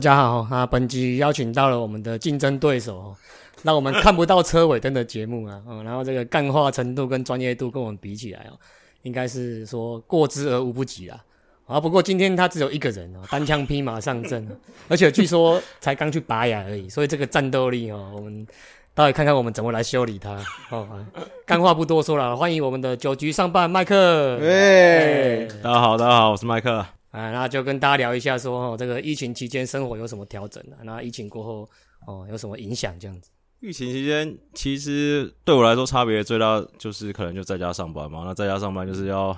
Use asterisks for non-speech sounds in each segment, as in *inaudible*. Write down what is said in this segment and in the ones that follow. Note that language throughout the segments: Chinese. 家好，啊，本集邀请到了我们的竞争对手哦，让我们看不到车尾灯的节目啊， *laughs* 嗯，然后这个干化程度跟专业度跟我们比起来哦，应该是说过之而无不及啦。啊，不过今天他只有一个人哦，单枪匹马上阵， *laughs* 而且据说才刚去拔牙而已，所以这个战斗力哦，我们到底看看我们怎么来修理他哦。啊干话不多说了，欢迎我们的酒局上班麦克。哎，大家好，大家好，我是麦克。啊，那就跟大家聊一下说，哦，这个疫情期间生活有什么调整啊？那疫情过后，哦，有什么影响这样子？疫情期间，其实对我来说差别最大就是可能就在家上班嘛。那在家上班就是要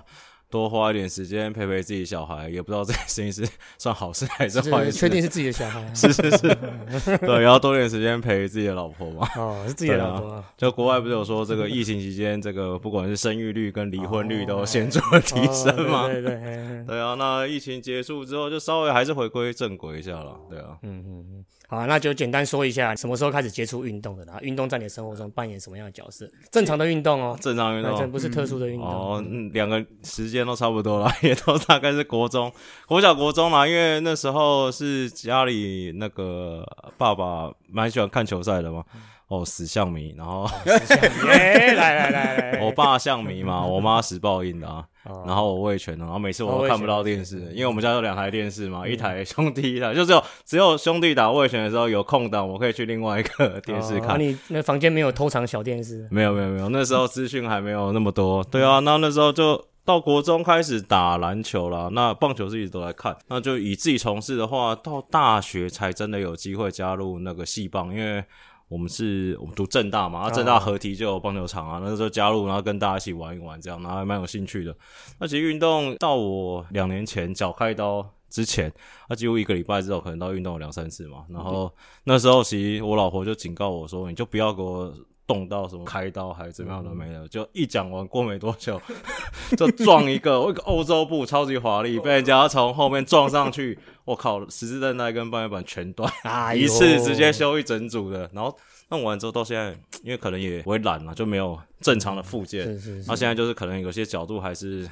多花一点时间陪陪自己小孩，也不知道这件事情是算好事还是坏是事。确定是自己的小 *laughs* 孩啊是是是， *laughs* 对，要多点时间陪自己的老婆嘛。哦，是自己的老婆啊。就国外不是有说这个疫情期间，这个不管是生育率跟离婚率都显著的啊提升嘛哦？对对对，嗯对啊，那疫情结束之后，就稍微还是回归正轨一下了。对啊，嗯嗯嗯。好啊、那就简单说一下什么时候开始接触运动的啦？运动在你的生活中扮演什么样的角色？正常的运动哦，正常运反动正不是特殊的运动。哦，嗯两个时间都差不多了， *laughs* 也都大概是国中、 *laughs* 国小、国中啦。因为那时候是家里那个爸爸蛮喜欢看球赛的嘛，哦，死象迷，然后耶，来来来 *laughs* 来，我爸象迷 *laughs* 嘛，我妈时报应的啊，哎哦然后我魏全的，然后每次哦我味全都嗯看不到电视，因为我们家有两台电视嘛，一台兄弟，一台就只有只有兄弟打魏全的时候有空档，我可以去另外一个电视哦啊看。你那房间没有偷藏小电视？没有没有没有，那时候资讯还没有那么多。对啊，那那时候就到国中开始打篮球啦，那棒球是一直都在看。那就以自己从事的话，到大学才真的有机会加入那个系棒，因为。我们是我们读正大嘛，啊，正大合体就有棒球场啊，那时候加入，然后跟大家一起玩一玩，这样，然后还蛮有兴趣的。那其实运动到我两年前脚开刀之前，那、几乎一个礼拜之后可能到运动了两三次嘛。然后那时候其实我老婆就警告我说，你就不要给我。动到什么开刀还是怎么样都没有，就一讲完过没多久， *laughs* 就撞一个，我一个欧洲步超级华丽，被人家从后面撞上去，我靠，十字韧带跟半月板全断，啊，一次直接修一整组的。然后弄完之后到现在，因为可能也我也懒了，就没有正常的复健，哎是是是那、。现在就是可能有些角度还是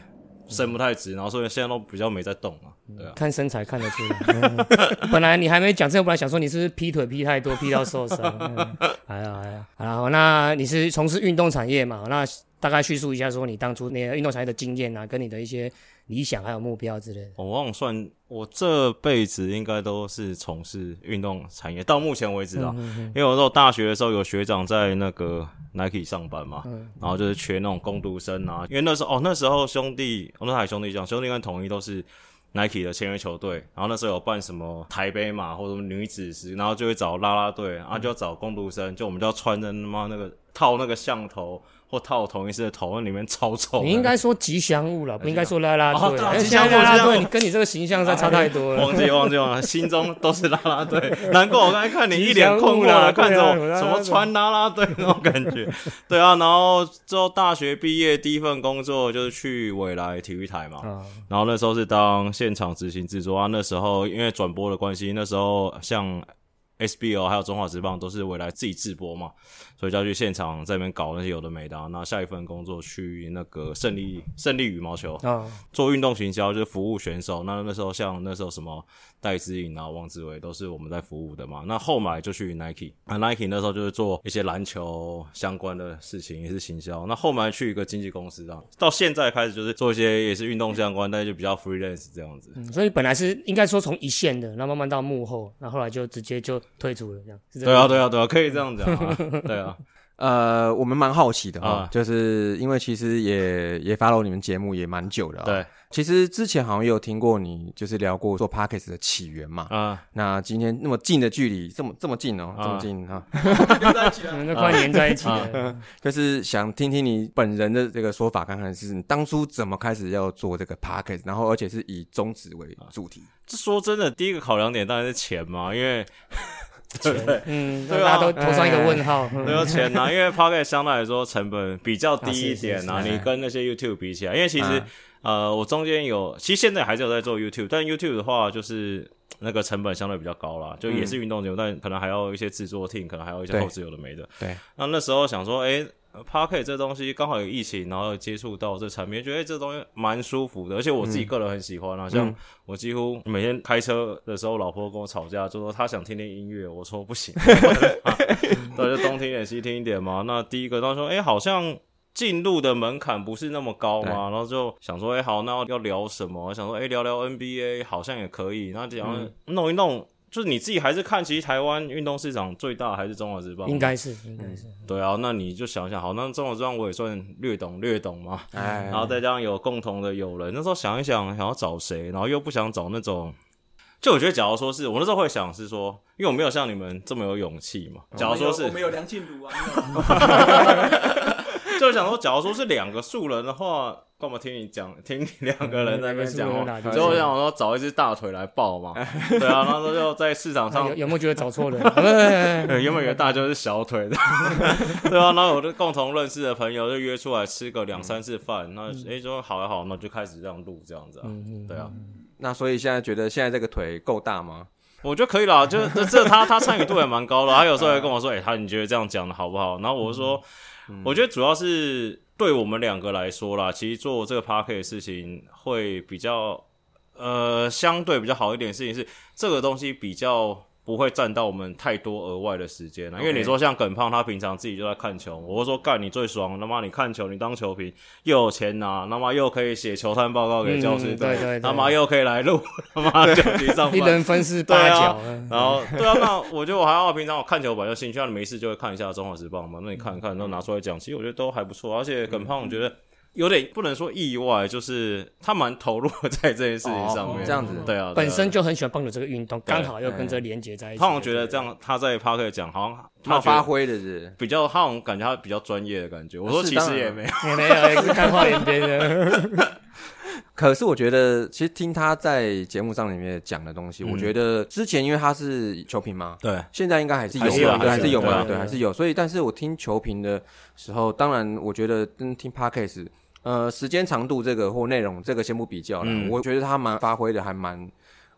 伸不太直，然后所以现在都比较没在动嘛，对啊。看身材看得出来。嗯本来你还没讲这个，本来想说你是不是劈腿劈太多，劈到受伤。嗯哎呀哎呀，然后那你是从事运动产业嘛？那大概叙述一下，说你当初那个运动产业的经验啊，跟你的一些理想还有目标之类的。我忘了算，我这辈子应该都是从事运动产业，到目前为止啊，嗯因为我那时候大学的时候有学长在那个 Nike 上班嘛，嗯然后就是缺那种工读生啊，因为那时候哦，那时候兄弟，我、那还兄弟讲，兄弟跟统一都是 Nike 的签约球队，然后那时候有办什么台北嘛，或者什么女子时，然后就会找啦啦队，啊就要找工读生，就我们就要穿着他妈那个套那个象头或套同一次的头，那里面超丑的，你应该说吉祥物了，不应该说啦啦哦队。对啊因为吉祥现物在啦啦吉祥队，物啊哦你跟你这个形象实在差太多了。 *laughs* 忘记忘记忘记，心中都是啦啦 *laughs* 队。难怪我刚才看你一脸困吉祥惑物啦的看着对我，啊什么穿啦啦队那种感 *laughs* 觉。对啊，然后之后大学毕业第一份工作就是去未来体育台嘛，啊，然后那时候是当现场执行制作啊。那时候因为转播的关系，那时候像 SBO 还有中华职棒都是未来自己制播嘛，所以就要去现场在那边搞那些有的没的、啊。那下一份工作去那个胜利胜利羽毛球，哦，做运动行销，就是服务选手。那那时候像那时候什么戴资颖啊、王志伟都是我们在服务的嘛。那后来就去 Nike，那 Nike 那时候就是做一些篮球相关的事情，也是行销。那后来去一个经纪公司啊，到现在开始就是做一些 *laughs* 也是运动相关，但是就比较 freelance 这样子。嗯所以本来是应该说从一线的，然后慢慢到幕后，然后后来就直接就退出了，这样是这对样啊，吗。对啊，对啊，可以这样讲啊， *laughs* 对啊，呃，我们蛮好奇的哈啊，就是因为其实也也 follow 你们节目也蛮久的，。啊对其实之前好像也有听过你就是聊过做 podcast 的起源嘛。啊，那今天那么近的距离，这么这么近哦，啊这么近啊，嗯，那快粘在一起了。啊就是想听听你本人的这个说法，看看是你当初怎么开始要做这个 podcast，然后而且是以宗旨为主题。这说真的，第一个考量点当然是钱嘛，因为对不对？嗯，对啊大家都头上一个问号。嗯没有钱拿， *laughs* 因为 Pocket 相对来说成本比较低一点啊呐。是是是你跟那些 YouTube 比起来，因为其实啊呃，我中间有，其实现在还是有在做 YouTube，但 YouTube 的话就是那个成本相对比较高啦，就也是运动节目，但可能还要一些制作 team，可能还要一些嗯对后置有的没的。对，那那时候想说，哎， p a r k e t 这东西刚好有疫情，然后接触到这产品，觉得、诶这东西蛮舒服的，而且我嗯自己个人很喜欢啊。像我几乎每天开车的时候，老婆跟我吵架，就说她想听听音乐，我说不行，对，就东听一点西听一点嘛。 *laughs* 那第一个他说，哎、好像。进入的门槛不是那么高对嘛，然后就想说，哎、好，那要聊什么？想说，哎、聊聊 NBA 好像也可以。那这样弄一弄，就是你自己还是看，其实台湾运动市场最大还是中华职棒嘛，应该是应该是，对啊，那你就想想，好，那中国这样我也算略懂略懂嘛，哎，然后再加上有共同的友人，那时候想一想，想要找谁，然后又不想找那种，就我觉得，假如说是我那时候会想是说，因为我没有像你们这么有勇气嘛，假如说是我，们有梁静茹啊，就想说，假如说是两个素人的话，干嘛听你讲，听你两个人在那边讲嗯话两个？素人啊所以我想说找一只大腿来抱嘛，对啊，然后就在市场上哎 *laughs* 嗯有有没有觉得找错人？ *laughs* 哎对，原本以为大家都是小腿的， *laughs* 对啊，然后我就共同认识的朋友就约出来吃个两三次饭，那哎说好呀好，那就开始这样录这样子啊，嗯嗯嗯对啊， *laughs* 那所以现在觉得现在这个腿够大吗？我觉得可以啦，就是这这他他参与度也蛮高的，他有时候也跟我 *laughs* 嗯说，哎、他你觉得这样讲的好不好？然后我就说，我觉得主要是对我们两个来说啦，其实做这个 p a r k 的事情会比较呃相对比较好一点的事情是这个东西比较。不会占到我们太多额外的时间啊了，因为 OK 你说像耿胖他平常自己就在看球，我会说干你最爽，他妈你看球你当球评又有钱拿，他妈又可以写球探报告给教师嗯对对对他妈又可以来录，他妈就局上一 *laughs* 班，人分饰八对啊角，嗯然后对啊，那我觉得我还好，平常我看球本来就兴趣，那你没事就会看一下《中华时报》嘛，那你看一看，然后拿出来讲，其实我觉得都还不错，而且耿胖我觉得有点不能说意外，就是他蛮投入在这件事情上面，哦这样子对啊，对啊本身就很喜欢棒球这个运动，对嗯刚好又跟这连接在一起。他好像觉得这样，他在 p a r k 讲好像好他发发挥挥的是比较，他好像感觉他比较专业的感觉。我说啊是其当实然也了没有，也没有，也是看花园边 *laughs* 的。可是我觉得，其实听他在节目上里面讲的东嗯西，我觉得之前因为他是球评嘛，对现在应该还是有啊还是有嘛，还是有啊对，还是有嘛，对对，还是有。所以，但是我听球评的时候，当然我觉得跟听 podcast，呃，时间长度这个或内容这个先不比较啦，嗯我觉得他蛮发挥的，还蛮。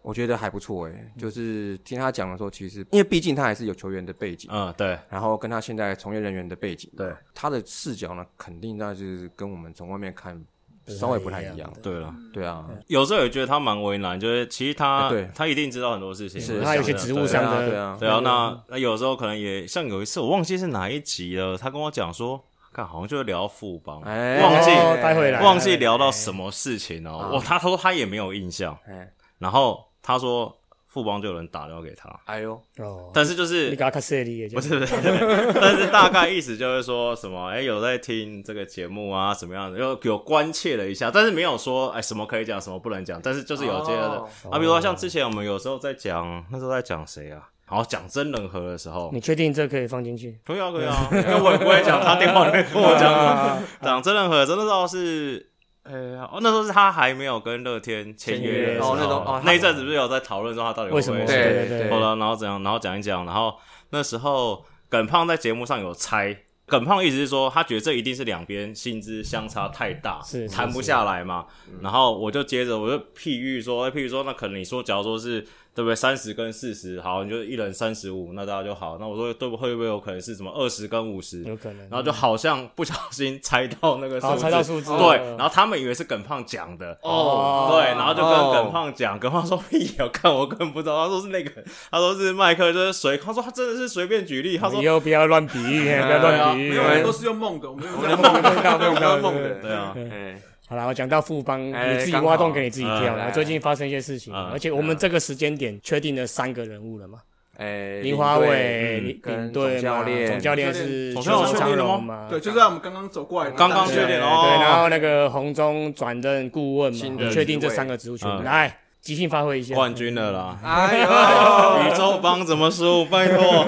我觉得还不错诶、欸嗯就是听他讲的时候，其实因为毕竟他还是有球员的背景，嗯，对，然后跟他现在从业人员的背景，对他的视角呢，肯定那就是跟我们从外面看稍微不太一样，对了，对啊，有时候也觉得他蛮为难，就是其实他哎对他一定知道很多事情，是我他有想些的职对务啊上对啊对的啊，对啊，那那有时候可能也像有一次我忘记是哪一集了，他跟我讲说，看好像就是聊富邦，哎啊忘记哦待会来忘记聊到什么事情哦哎。我他说他也没有印象，哎，然后他说富邦就有人打电话给他，哎呦，哦，但是就你是给。他看视力，不就是不是， *laughs* 但是大概意思就是说什么，哎、有在听这个节目啊，什么样的，有有关切了一下，但是没有说，哎、什么可以讲，什么不能讲，但是就是有这些的、哦啊，比如说像之前我们有时候在讲，那时候在讲谁啊？好，讲真人和的时候，你确定这可以放进去？可以啊，可以啊， *laughs* 因为我也不会讲他电话里面跟我讲过，讲真人和真的时候是，哎呃、哦，那时候是他还没有跟乐天签约的时候，签约哦那时候哦他那一阵子不是有在讨论说他到底为会不什会么？对对对后来然后怎样，然后讲一讲，然后那时候耿胖在节目上有猜。耿胖一直是说，他觉得这一定是两边薪资相差太大，是是谈不是下来嘛。然后我就接着我就譬喻说，哎譬喻说，那可能你说，假如说是对不对，三十跟四十，好，你就一人三十五，那大家就好。那我说对不会不会有可能是什么二十跟五十，有可能。然后就好像不小心猜到那个数好字，猜到数字嗯对了，然后他们以为是耿胖讲的。哦对，然后就跟耿胖讲，耿胖说屁有看我根本不知道，他说是那个，他说是麦克，就是随，他说他真的是随便举例，他说啊你又不要乱比 *laughs* 喻，嘿不要乱比没喻有，。我们都是用梦的，我们用梦到梦到梦的对啊，哎，好啦，我讲到富邦，哎你自己刚好挖洞给你自己跳嗯啦。哎最近发生一些事情，嗯而且我们这个时间点确定了三个人物了嘛？哎，林华伟、嗯领跟领队嘛总教练总教练是总邱教练长荣嘛？对，就在我们刚刚走过来，刚刚对确定对哦对，然后那个红中转任顾问新嘛，的确定这职位三个职务确定。嗯来，即兴发挥一下。冠军了啦，哎哦宇呦，宙帮怎么输？拜托， *laughs*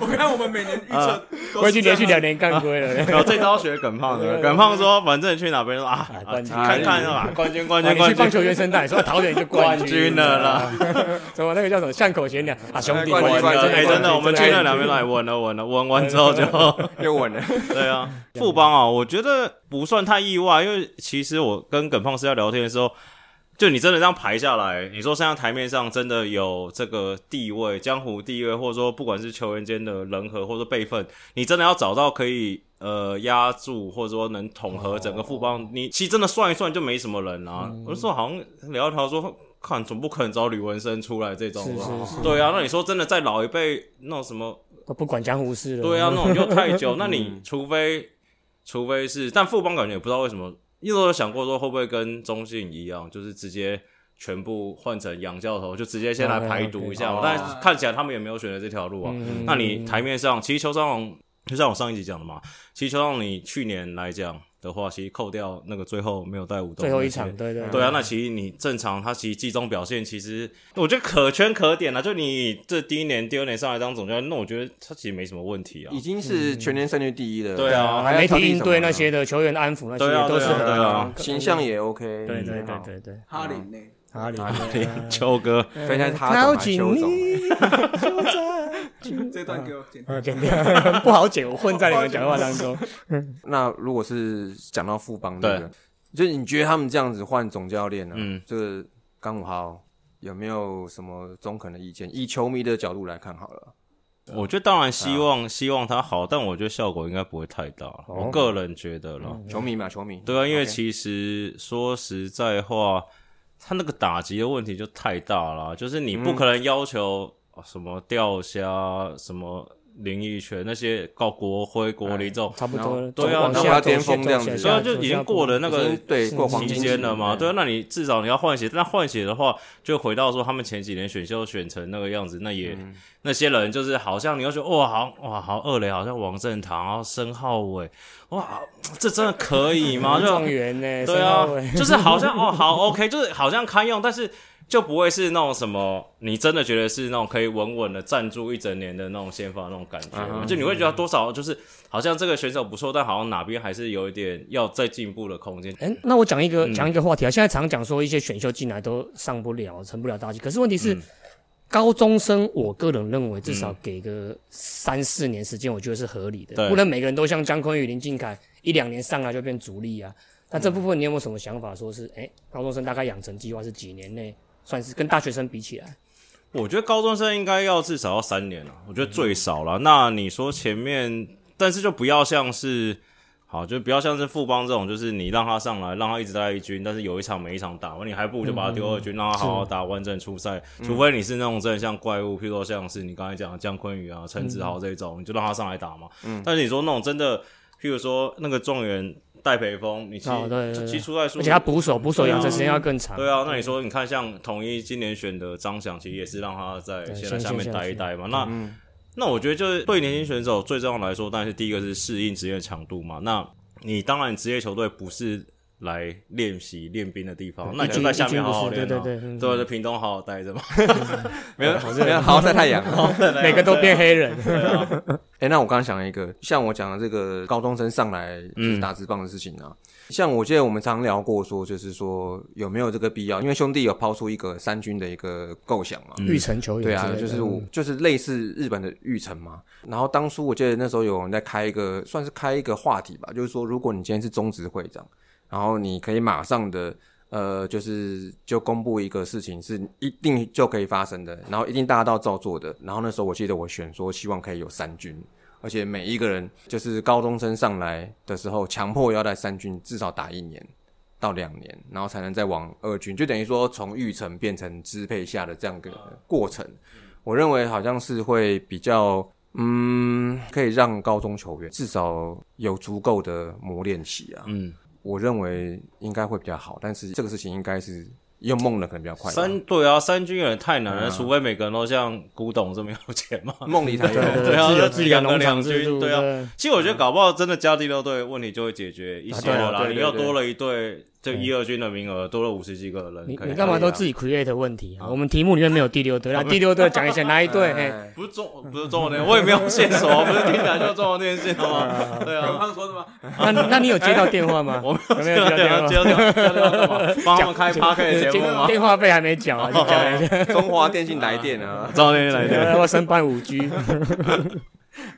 我看我们每年预测，我已经连续两年干归 *laughs* 了。有这招学耿胖的，耿胖说反正你去哪边说啊哎，啊冠军看看啊，冠军冠啊你军去冠棒球军，原声带，说桃园就冠军军了啦。 *laughs* 什么那个叫什么巷口闲聊啊，兄弟冠军冠军哎，真的，我们去那两两边来稳了稳了，稳完之 *laughs* 后就。又稳了，对啊，富邦啊，我觉得不算太意外，因为其实我跟耿胖师在聊天的时候，就你真的这样排下来，你说现在台面上真的有这个地位、江湖地位，或者说不管是球员间的人和或者辈分，你真的要找到可以呃压住，或者说能统合整个富邦，你其实真的算一算就没什么人啊。嗯我就说好像聊一聊说。看，总不可能找吕文生出来这种吧？是是是对啊，那你说真的，在老一辈那种什么都不管江湖事了。对啊，*laughs* 那种就太久。那你除非，除非是，但富邦感觉也不知道为什么，一直都有想过说会不会跟中信一样，就是直接全部换成杨教头，就直接先来排毒一下嘛。哦但是看起来他们也没有选择这条路啊。嗯那你台面上，其实邱尚荣，就像我上一集讲的嘛，其实邱尚荣你去年来讲的话，其实扣掉那个最后没有带武东最后一那些场，对对对啊，那其实你正常，他其实季中表现其实我觉得可圈可点啊。就你这第一年、第二年上来当总教练，那我觉得他其实没什么问题啊已。经是全年胜率第一了。对啊嗯还要媒挑体剔应什对么呢那些的球员的安抚那对啊些都是对啊很对啊形象也 OK。对对嗯对，对对，哈林呢？阿里 *laughs* 秋哥，好所以现在啊他靠总还近邱总，你就在。这段给我剪掉。呃，剪掉 *laughs* 不好剪，我混在你们讲话当中。那如果是讲到富邦对这个，就是你觉得他们这样子换总教练呢、嗯就是刚武豪有没有什么中肯的意见？以球迷的角度来看好了，我觉得当然希望希望他好，但我觉得效果应该不会太大了。我个人觉得啦，球迷嘛，球迷。对啊，因为嗯 OK 其实说实在话，他那个打击的问题就太大了，就是你不可能要求啊什么钓虾、什么林奕泉那些告国徽、国礼这种，差不多了，对啊往那我下要走巅下峰这样子走下所以走啊就已下经过了那已个经对过黄期金间了嘛，期对啊，那你至少你要换血，那换血的话，就回到说他们前几年选秀选成那个样子，那也、那些人就是好像你要觉得哇，好哇，好二垒，好像王振堂，然后申浩伟，哇，这真的可以吗？就状元呢？对申啊浩伟，就是好像哦，好 OK，就是好像堪用，但是就不会是那种什么，你真的觉得是那种可以稳稳的站住一整年的那种先发那种感觉嘛，嗯哼就你会觉得多少就是好像这个选手不错，但好像哪边还是有一点要再进步的空间。哎、那我讲一个嗯讲一个话题啊，现在常讲说一些选秀进来都上不了，成不了大器。可是问题是，嗯高中生，我个人认为至少给个三四年时间，我觉得是合理的，对不能每个人都像姜昆宇、林敬凯一两年上来就变主力啊。那嗯这部分你有没有什么想法？说是，哎、高中生大概养成计划是几年内算是跟大学生比起来？我觉得高中生应该要至少要三年了，啊我觉得最少了。那你说前面，但是就不要像是。好，就不要像是富邦这种，就是你让他上来，让他一直待在一军，但是有一场没一场打完，你还不如就把他丢二军，让他好好打完整出赛。嗯除非你是那种真的像怪物，譬如说像是你刚才讲的姜坤宇啊、陈志豪这嗯种，你就让他上来打嘛。但是你说那种真的，譬如说那个状元戴培峰，你其哦对对对实其实出赛数，而且他捕手，捕手养成时间要更长。啊对啊，那你说，你看像统一今年选的张翔，其实也是让他在对现在先下先面下待一去嗯待嘛。那、那我觉得就是对年轻选手最重要来说，当然是第一个是适应职业强度嘛。那你当然职业球队不是来练习练兵的地方，那你就在下面好好练、啊。对对嗯对对啊，在屏东好好待 *laughs* 着嘛。没有没 *laughs* 有好好晒太阳。每个都变黑人。对 *laughs* 啊，哎、那我刚刚想了一个，像我讲的这个高中生上来就是打直棒的事情啊，像我记得我们常聊过说，就是说有没有这个必要？因为兄弟有抛出一个三军的一个构想嘛，玉成球员对啊之，类的嗯就是我就是类似日本的玉城嘛。然后当初我记得那时候有人在开一个，算是开一个话题吧，就是说如果你今天是中职会长，然后你可以马上的。呃，就是就公布一个事情是一定就可以发生的，然后一定大家都要照做的。然后那时候我记得我选说希望可以有三军，而且每一个人就是高中生上来的时候，强迫要在三军至少打一年到两年，然后才能再往二军，就等于说从育成变成支配下的这样一个过程。我认为好像是会比较，嗯，可以让高中球员至少有足够的磨练期啊。嗯，我认为应该会比较好，但是这个事情应该是用梦的可能比较快吧。三对啊，三军有点太难了，除非每个人都像古董这么有钱嘛。梦里才有，对对啊自有那自己的两个农场两制军度，对啊其实我觉得嗯搞不好真的加第六队问题就会解决一些了啊啦，对啊对你对又对多了一队，就一二军的名额多了五十几个人可以啊你打。嗯你干嘛都自己 create 问题啊？我们题目里面没有第六队，那第六队讲一下哪一队？嘿，哎 *laughs* 不是中不是中国电 *laughs* 信，我也没有线索，不是听起来就中国电信了吗？对刚啊，刚说的吗？那那你有接到电话吗？ *laughs* 我有没有接到电话？接到接到干嘛？帮他们开 p a r k 的节目吗？电话费还没缴啊，你讲一下。中华电信来电啊。中国电信来的，要申办五 G，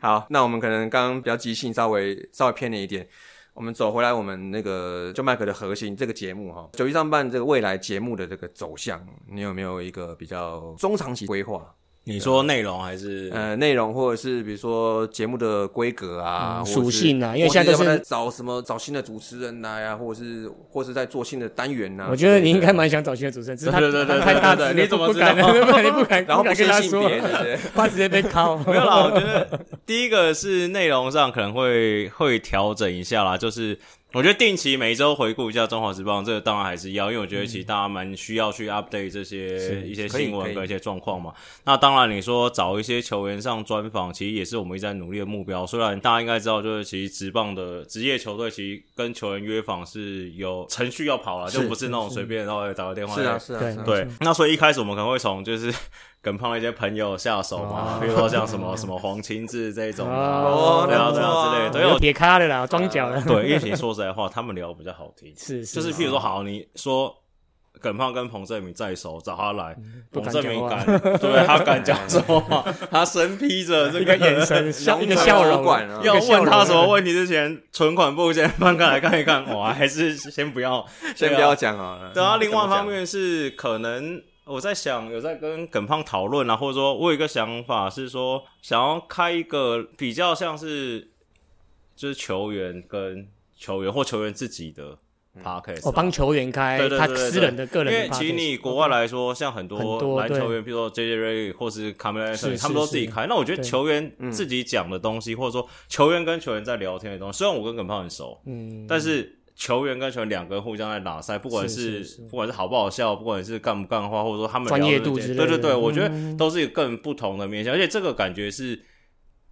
好，那我们可能刚刚比较即兴，稍微稍微偏了一点。我们走回来，我们那个就麦克的核心这个节目哈，九一上半这个未来节目的这个走向，你有没有一个比较中长期规划？你说内容还是？呃，内容或者是比如说节目的规格啊嗯，或者属是性啊因为或现者在都要不是然找什么找新的主持人来啊，或者是或是在做新的单元啊。我觉得你应该蛮。蛮想找新的主持人，只是他对对对对他太大只对了，对对你怎么不敢？知道 *laughs* 不敢，你不 *laughs* 敢，然后不不敢限跟他性说别，，对不对？ *laughs* 他直接被拷。没有啦，我觉得第一个是内容上可能会会调整一下啦，就是我觉得定期每周回顾一下《中华时报》，这个当然还是要，因为我觉得其实大家蛮需要去 update 这些一些可以新闻可以跟一些状况嘛。那当然，你说找一些球员上专访，其实也是我们一直在努力的目标。虽然大家应该知道，就是其实职棒的职业球队其实跟球员约访是有程序要跑啦，是就不是那种随便然后打个 *laughs* 电话是啊，是啊，对是啊。对，那所以一开始我们可能会从就是 *laughs* 耿胖的一些朋友下手嘛，哦比如说像什么 *laughs* 什么黄清志这一种啊，哦对啊那不对错啊啊之类的，我对因为有我呃铁咖的啦，装脚的， *laughs* 对，因为其实说实在话，他们聊比较好听， *laughs* 是啊是就是譬如说，好，你说耿胖跟彭正明在手，找他来，嗯不彭敢正明讲话敢，对他敢讲什么话，他身披着这一个个眼 *laughs* 神，笑一个笑容，管啊 *laughs* 一要个笑问容他什么问题之前，存款部先翻开来看一看，我还是先不要，先对啊不要讲好了。对啊，另外一怎么讲方，面是可能我在想，有在跟耿胖讨论啊，或者说我有一个想法是说，想要开一个比较像是就是球员跟球员或球员自己的嗯 podcast，、啊我哦帮球员开对对对他对对私人的个人因的 podcast，为其实你国外来说，像很很多多篮球员，比如说 J J Ray 或是 c a m e l 是 a 是他们都自己开。那我觉得对球员嗯自己讲的东西，或者说球员跟球员在聊天的东西，虽然我跟耿胖很熟，嗯，但是球员跟球员两个人互相在拉塞，不管是是是是不管是好不好笑，不管是干不干话，或者说他们专业聊的度这些之类对的对对，我觉得嗯都是一个更不同的面向，而且这个感觉是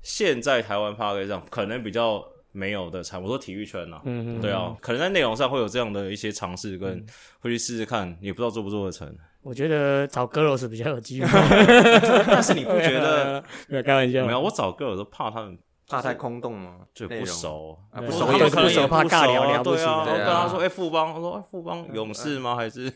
现在台湾 p a r k 上可能比较没有的产物，我说体育圈呐、啊。嗯，嗯对啊，可能在内容上会有这样的一些尝试，跟会去试试看，也不知道做不做 *laughs* 得成。我觉得找 Girls 比较有机会，但是你不觉得？没有开玩笑，没有，我找歌我都怕他们怕太空洞吗？就内不容熟，啊对不不熟熟他也们也可不能熟也怕不尬熟聊啊聊不对啊，起嗯我对跟啊他说，哎，富邦，我说，哎，富邦勇士吗？还是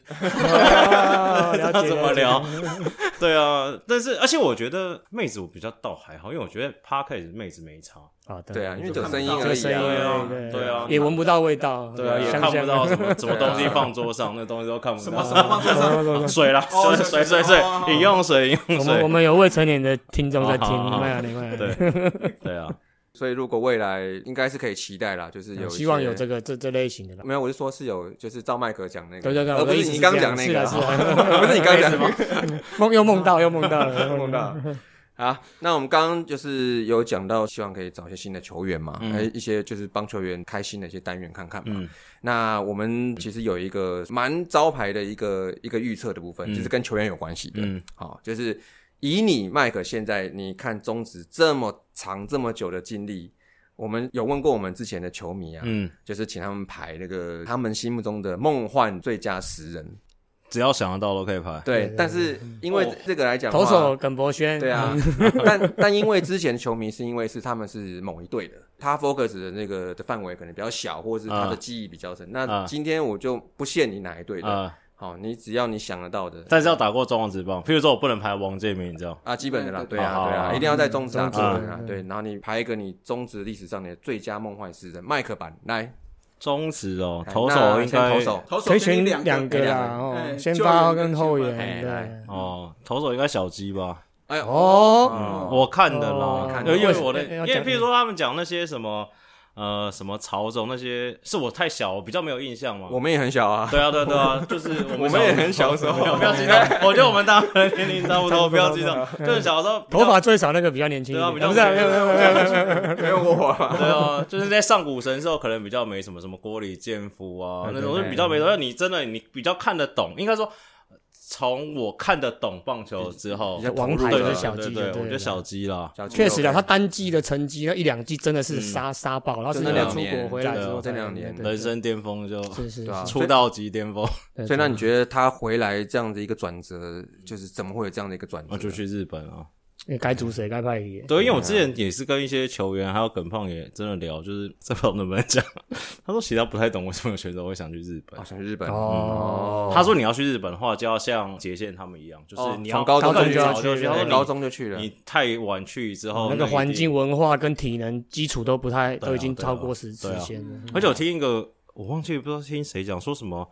哦，知了道解怎么了解 *laughs* 聊。对啊，但是而且我觉得妹子我比较倒还好，因为我觉得 p a r k a s 妹子没差，好的，对啊，因为只有声音看不到这而已声音啊而啊已，对啊也闻不到味道，对啊，也香看香不的到什么什么东西放桌上，那东西都看不到。什么什么放桌上？啊水啦，水哦水水水水水哦哦，哦饮用水饮用我们我水。们有未成年的听众在听，哦好好明白了，明白了。对对啊，所以如果未来应该是可以期待啦，就是有嗯一希望有些这个这这类型的了。没有，我是说是有，就是照麦克讲那个，对对对，而我不的意是思你是刚这讲样那是个的，是啊，的， *laughs* 不是你刚讲那个，梦又梦到又梦到了，又梦到。。啊，那我们刚刚就是有讲到，希望可以找一些新的球员嘛，嗯还有一些就是帮球员开新的一些单元看看嘛。嗯那我们其实有一个蛮招牌的一个一个预测的部分，嗯就是跟球员有关系的。嗯，好、就是以你麦克现在你看中职这么长这么久的经历，我们有问过我们之前的球迷啊，嗯，就是请他们排那个他们心目中的梦幻最佳十人。只要想得到都可以拍。对，对对但是因为哦嗯这个来讲的投话，手耿博轩，对啊，但但因为之前球迷是因为是他们是某一队的，他 focus 的那个的范围可能比较小，或者是他的啊记忆比较深。啊那今天我就不限你哪一队的，啊，好，你只要你想得到的，但是要打过中王之棒，譬如说我不能拍王建民，你知道？啊，基本的啦，对对啊，好对好啊，好一定要在中职啊，嗯中职啊中，职对，然后你排一个你中职历史上的最佳梦幻诗人麦克版来，中职哦，来投那手应该先投手，投手可以给你选两个两啦，个哦，哎先救发援跟跟后先发哎来援。哦，投手应该小鸡吧？哎对，呦，哦，嗯我看的哦啦看，的因为为我的，哎因要为讲譬如说他们讲那些什么，呃，什么曹总那些，是我太小，我比较没有印象嘛。我们也很小啊，对啊，对啊，对啊，就是我们我们也很小时候没有 *laughs* 不要激动，我觉得我们大家的年龄差不多，不要激动，就是小时候比较头发最少那个比较年轻一对啊，点，比较不是啊没有没有没有没有没有没有我啊，对啊，就是在上古神兽可能比较没什么什么锅里剑夫啊对那对种，就比较没什么。你真的你比较看得懂，应该说从我看得懂棒球之后 *laughs* 比，较王投牌对入就是对了小对鸡，对，就对我觉得了小鸡啦，小肌肉确实的，啊感他单季的成绩，那一两季真的是嗯杀杀爆，然后真是的他两出年国回来之后才，真的两年对对人生巅峰就是是对啊是出道即巅峰，对所以那哦你觉得他回来这样的一个转折，就是怎么会有这样的一个转折？哦我就去日本啊。因为哎该组谁该派也。对，因为我之前也是跟一些球员还有耿胖也真的聊，就是在不知道能不能讲， *laughs* 他说其他不太懂为什么有选手会想去日本啊，。想去日本哦嗯他说你要去日本的话，就要像杰宪他们一样，就是哦你从要高中更就早去就去，对他说对你高中就去了，你太晚去之后，哦那个环境、文化跟体能基础都不太，对啊都已经超过对时啊时对啊限了。而且我听一个，我忘记不知道听谁讲，说什么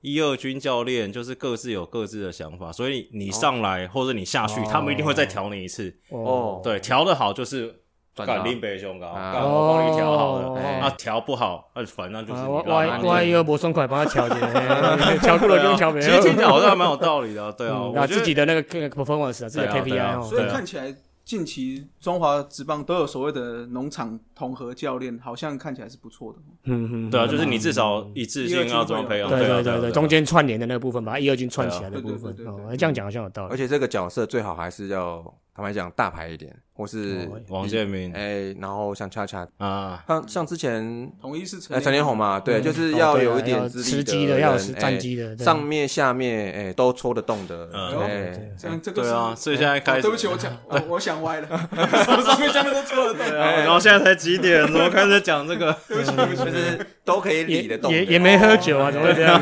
一二军教练就是各自有各自的想法，所以你上来、或者你下去，哦他们一定会再调你一次。哦对，调的好就是转到干林北雄高，啊干我帮你调好哦了，哎啊调不好，啊反正就是啊，你我拉我你你我还以为我送款帮他调节， *laughs* *laughs* 调过了跟调没其实听起来有。好像还蛮有道理的啊，对啊， *laughs* 嗯我那觉得自己的那个 performance 啊，自己的对啊对 KPI 啊哦所以看起来近期中华职棒都有所谓的农场统合教练，好像看起来是不错的。嗯嗯，对啊，就是你至少一致性要怎么培养，对啊对对啊对对对，啊，中间串联的那个部分，把一二军串起来的对啊部分对，对对对哦对，这样讲好像有道而理。且这个角色最好还是要坦白讲大牌一点，或是哦王建民哎，然后像恰恰，啊，像像之前统一是陈呃陈连红嘛，嗯对，就是要有一点资吃历鸡的，哦啊要有人战哎机的，对上面下面哎都抽得动的，嗯哎，这样这个对是啊，所以现在开哦始，对不起，我讲我我想歪了，什么什么项目都错了。哎对啊然后现在才几点，怎么开始讲这个？ *laughs* 对不起，对不起，就是都可以也理得动的，也也没喝酒 *laughs* 啊，怎么会这样？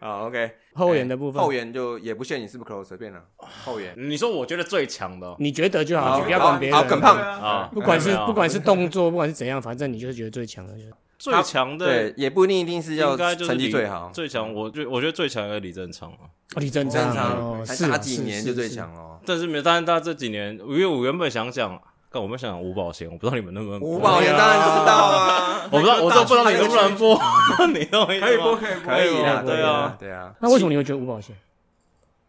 啊，OK，后援的部分，后援就也不限你是不是 close，随便了，后援你说我觉得最强的哦你觉得就好，好你不要管别人。好耿胖对啊啊，不管是没有不管是动作，不管是怎样，反正你就是觉得最强的。就是最强的对，也不一定一定是要应该就是成绩李最好，最强，我觉我觉得最强应该李正昌啊。哦，李正正哦常，才是啊打几是年是就最是强哦。但是没有，但是他这几年，因为我原本想讲，但我们想讲吴宝贤，我不知道你们能不能播五宝也当然知道 *laughs* 啊，我不知道，我都不知道你能不能播， *laughs* 你懂我意可以思播吗？可以播，可以啦啊，对啊对啊。那为什么你会觉得吴宝贤？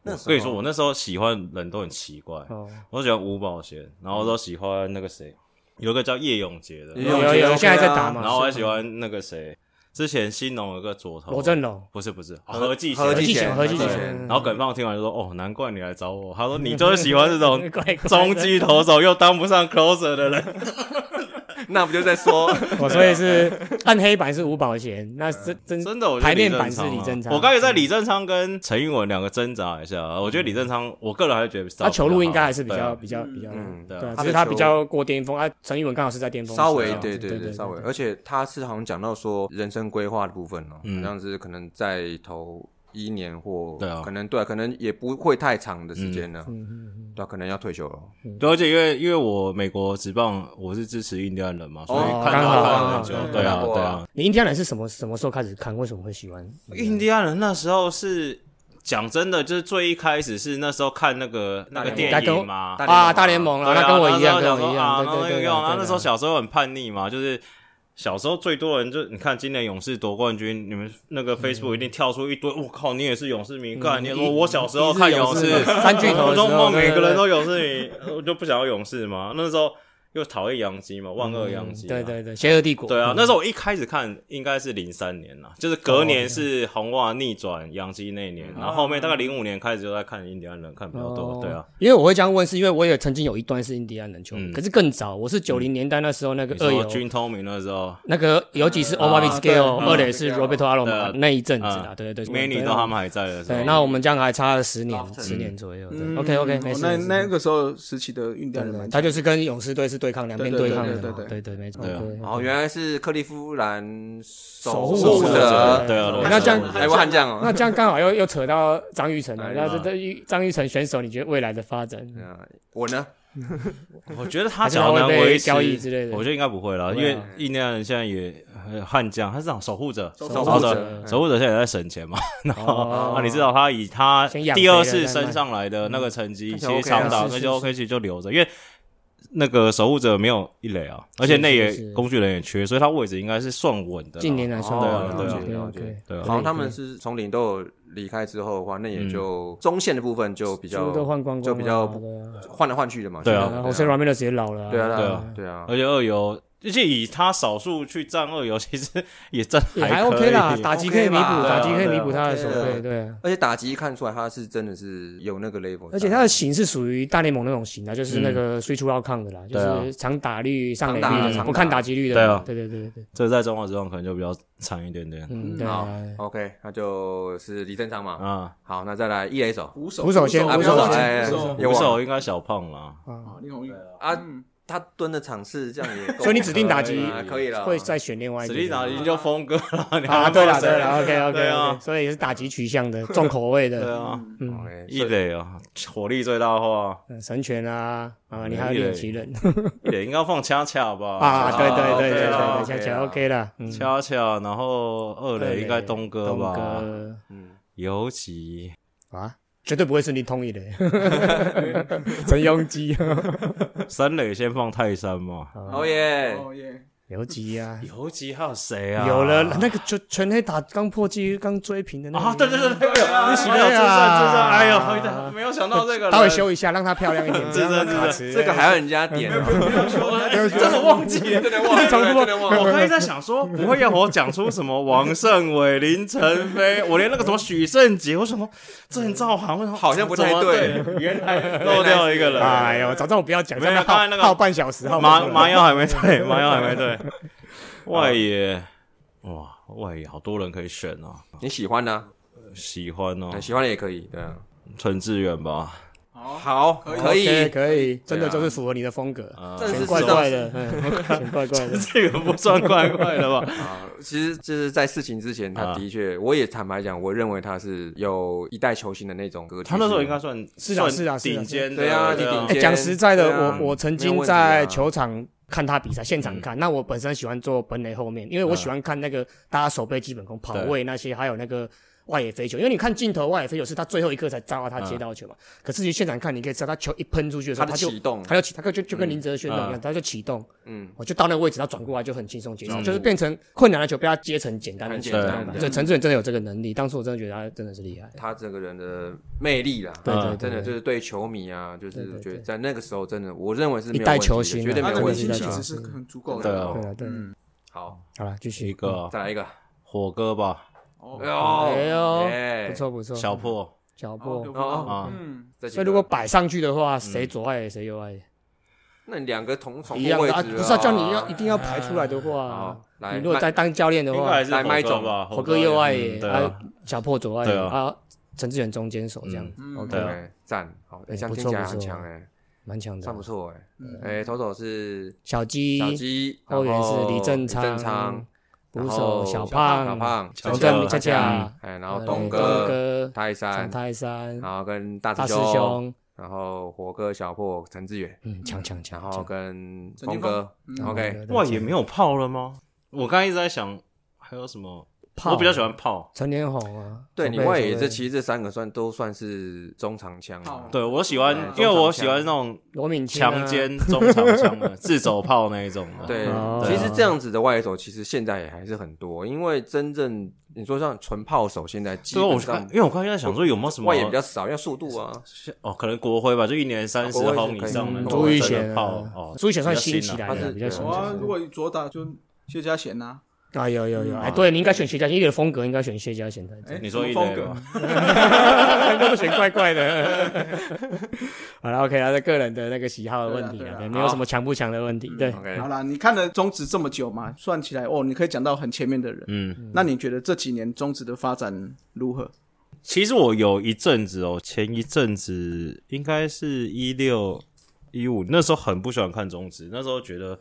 那时候所以说我那时候喜欢人都很奇怪，哦，我喜欢吴宝贤，然后都喜欢那个谁，有一个叫叶永杰的，也有有有也有， OK 现在在打啊嘛？然后我还是喜欢那个谁，之前新农有个左头罗，振龙，不是不是何何继何哦何贤，继继贤，贤何继何继贤贤。嗯然后耿胖听完就说：“哦，难怪你来找我。”他说：“你 *laughs* 就是喜欢这种怪怪的中继投手又当不上 closer *laughs* 的人。那不就在说我哦所以是暗黑版是吴宝贤，那真”真真的，我觉得排李练正版是昌李啊正昌。嗯我刚才在李正昌跟陈玉文两个挣扎一下，啊我觉得李正昌，我个人还是觉得他球路应该还是比对啊较比较比较，嗯对对啊，啊只是他比较过巅峰啊。陈玉文刚好是在巅峰期啊，稍微对对对对，对稍微，而且他是好像讲到说人生规划的部分哦，嗯好像是可能在头一年或对啊可能对啊，可能也不会太长的时间呢，嗯嗯嗯对啊，可能要退休了。对，而且因为因为我美国职棒我是支持印第安人嘛，所以哦看刚他好看很久嗯，对啊嗯对啊。你印第安人是什么什么时候开始看？为什么会喜欢？嗯印第安人那时候是讲真的，就是最一开始是那时候看那个那个大电联盟影嘛，大联盟啊，大联盟了，对啊那跟我一样，那时跟候想我说一啊样，对那对个对用啊对。那时候小时候很叛逆嘛，就是小时候最多人就你看今年勇士夺冠军，你们那嗯个 Facebook 一定跳出一堆，我靠，你也是勇士迷，干你也说我小时候看勇一日 *laughs* 士勇士，三 *laughs* 巨头的我时候都梦对对对嗯每个人都勇士迷，我就不想要勇士嘛。那时候又讨厌洋基嘛，万恶洋嗯基对嘛，对对，邪恶帝国。对啊，那时候我一开始看应该是零三年啦，就是隔年哦是红袜逆转洋基那一年，嗯然后后面大概零五年开始就在看印第安人，看比较多。对啊，，哦因为我会这样问，是因为我也曾经有一段是印第安人球迷，嗯可是更早，我是九零年代那时候那个你二说游，军通明那时候那个尤其是 o m a r i s c a 对 l e 二垒嗯是对啊 Roberto a l o m 对 a 啊那一阵子啦，对对对啊，Many 都他们还在的时候，对，那我们这样还差了十年， After 十年左右。对嗯，OK OK，没哦事。没那事那个时候时期的印第安人对蛮强的，他就是跟勇士队是对抗，两边对对抗的对对嘛，对对对，没错。对啊 OK，OK 哦，原来是克利夫兰守嗯护护者者，对啊对啊那这样哎，我悍将哦，那这样刚好又又扯到张玉成了。哎那呀这这张玉成选手，你觉得未来的发展？对啊我呢，我觉得他还是想他要会能被维持交易之类的我觉？得应该不会啦，因对为啊印第安人现在也呃悍将，他是那种守护者，守守护护者嗯者，守护者现在也在省钱嘛，然哦后啊，你知道他以他先养第二肥了次再卖升上来的那个成绩，嗯其实看起来 OK 长啊岛是那是就是 OK，其实就留着，因为那个守护者没有一垒啊，而且内是是野是工具人也缺，所以他位置应该是算稳的啦。近年来算哦了对啊解对啊，OK，对啊 OK 对啊好像他们是从领豆离开之后的话，那也就中线的部分就比几乎较都换光光了，就比较对啊换来换去的嘛。对啊然后 Jose Ramirez 也老了啊，对啊，对对啊啊，对啊，而且二游而且以他少数去战二游，其实也战也还还可 OK 以啦，打击可以弥补， OK 啦打击可以对啊弥补他的对手啊背，对啊。而且打击看出来他是真的是有那个 level，而且他的型是属于大联盟那种型啊，就是那个虽出要抗的啦，就对啊是长打率、上垒长打率的，长不打看打击率的。对啊对对对对，这在中华职棒可能就比较惨一点点嗯，嗯对好啊。 OK，那就是李正昌嗯嘛。啊。好，那再来一垒手五手捕手先啊捕不手要忘记哎捕哎手有五啊手应该小胖啦，啊啊，林红玉啊嗯他蹲的场次这样也够，所以你指定打击啊可以了，会再选另外一实个力打赢就峰哥了。 *laughs* 你还啊，要对了骂谁对了，OK 对 OK 啊 OK，所以也是打击取向的，重口味 *laughs* 对的，啊，嗯， OK，一垒啊，火力最大化，嗯神拳啊啊，嗯你还有猎奇人一垒应该放恰恰吧？ *laughs* 啊，对对对对对啊对对，恰恰 OK 啦，嗯，恰恰，然后二对垒应该东哥东吧？哥嗯，尤其啊，绝对不会是你同意的， *laughs* 陈庸基， *laughs* 三垒先放泰山嘛。哦耶，哦耶，游击啊，尤其还有谁啊？有了那个全全黑打刚破纪录、刚追平的那个啊，对对对对，哎呦，你洗洗掉了这呀算这算，哎呦，没有想到这 *laughs* 个人，稍微修一下，让她漂亮一点。这这这 *laughs* 这这个还要人家点啊，这真的忘记 *laughs* 了，真的忘重复真的 *laughs* 忘了我刚才在想说，不会要我讲出什么王胜伟、林晨飞， *laughs* 我连那个什么许胜杰，我什么郑兆航，我什么好像不太对，原来漏掉了一个人。哎呦，早知道我不要讲，没有这样刚才那个耗耗半小时，耗半麻小时麻药还 *laughs* 没退，麻药还没啊退。外野，哇，外野好多人可以选哦，你喜欢呢？喜欢哦，喜欢的也可以，对啊。陈志远吧，好，好，可 OK，以，可以，真的就是符合你的风格，啊这全是怪知道怪的，嗯，全怪怪的。这个不算怪怪的 *laughs* 吧？啊，其实就是在事情之前，啊他的确，我也坦白讲，我认为他是有一代球星的那种格局。他那时候应该算是啊算是啊是啊顶尖的，对啊对顶哎尖讲实在的，对啊我我曾没有经问题啊嗯在球场看他比赛，现场看。那我本身喜欢坐本垒后面，因为我喜欢看那个大家手背基本功、跑位那些，还有那个外野飞球。因为你看镜头外野飞球是他最后一刻才抓到他接到球嘛，可是你现场看，你可以知道他球一喷出去的时嗯他候，的他就启动，他就起，他就就跟林哲轩一样，嗯他就启动，嗯，我就到那个位置，他转过来就很轻松接球，嗯就是变成困难的球被他接成简单的很球简对单对，的，陈志远真的有这个能力，当时我真的觉得他真的是厉害。他整个人的魅力啦，啊对对对真的对就是对球迷啊，就是对觉得在那个时候，真的我认为是没有一代问题的球星啊绝对没他有的问明题星一代的。气球质星是很足够对的。啊哦对啊，对啊，嗯，好，好了，继一续。个再来一个，火哥吧，哎哦，呦，哎呦哎不，错不错，小破小哦波六。分哦哦啊嗯，再几所个以如果摆上去的话，谁左外野谁右外野那你两个嗯同重一复样位的置啊，啊，不是要叫你要一定要排出来的话好，来你如果麦在当教练的应该话还，是嗯来火麦哥总吧，火哥右外嗯野，对啊啊，哎小破左外野，对啊啊，陈志远中间手这样子嗯，OK，对啊对赞，好，哎，哎这样不听错起来不很错强哎，蛮强的算。不错哎，嗯哎，投手是小鸡，小鸡，后援是李正正昌昌，捕然手后小小胖，胖，小洪正胖恰恰嗯，哎，然后呃东东哥、哥，泰陈山，泰山，然后跟大大师师，兄，然后火哥、小破、陈志远，嗯，强强然强，后强跟陈峰金哥峰嗯，OK，哇，也没有炮了吗？我刚刚一直在想还有什么，我比较喜欢炮，陈连红啊，对，手你背外手野背这其实这三个算都算是中长枪啊好，对我喜欢嗯，因为我喜欢那种罗敏清啊强奸中长枪的自走炮那一种的，嗯对哦，其实这样子的外野手其实现在也还是很多，因为真正你说像纯炮手，现在基所以啊我本就看上，因为我刚才在想说有没有什么外野比较少，要速度啊。哦，可能国徽吧，就一年三十国徽是轰以上哦的可以嗯朱玉真的贤炮啊哦，朱玉贤算比较新新起来啊他的，是比较新有起来啊，如的。果左打就谢家贤呐，啊，有有有，嗯哎，对你应该选薛家贤，一个的风格应该选薛家贤才对。哎，你说一什么风垒格吧？都选怪怪的。 *laughs* 好了，OK，他的个人的那个喜好的问题对啊啊，嗯对啊没有什么强不强的问题。对， OK，好啦，你看了中职这么久嘛，算起来哦，你可以讲到很前面的人。嗯，那你觉得这几年中职的发展如何？其实我有一阵子哦，前一阵子应该是一六一五，那时候很不喜欢看中职，那时候觉得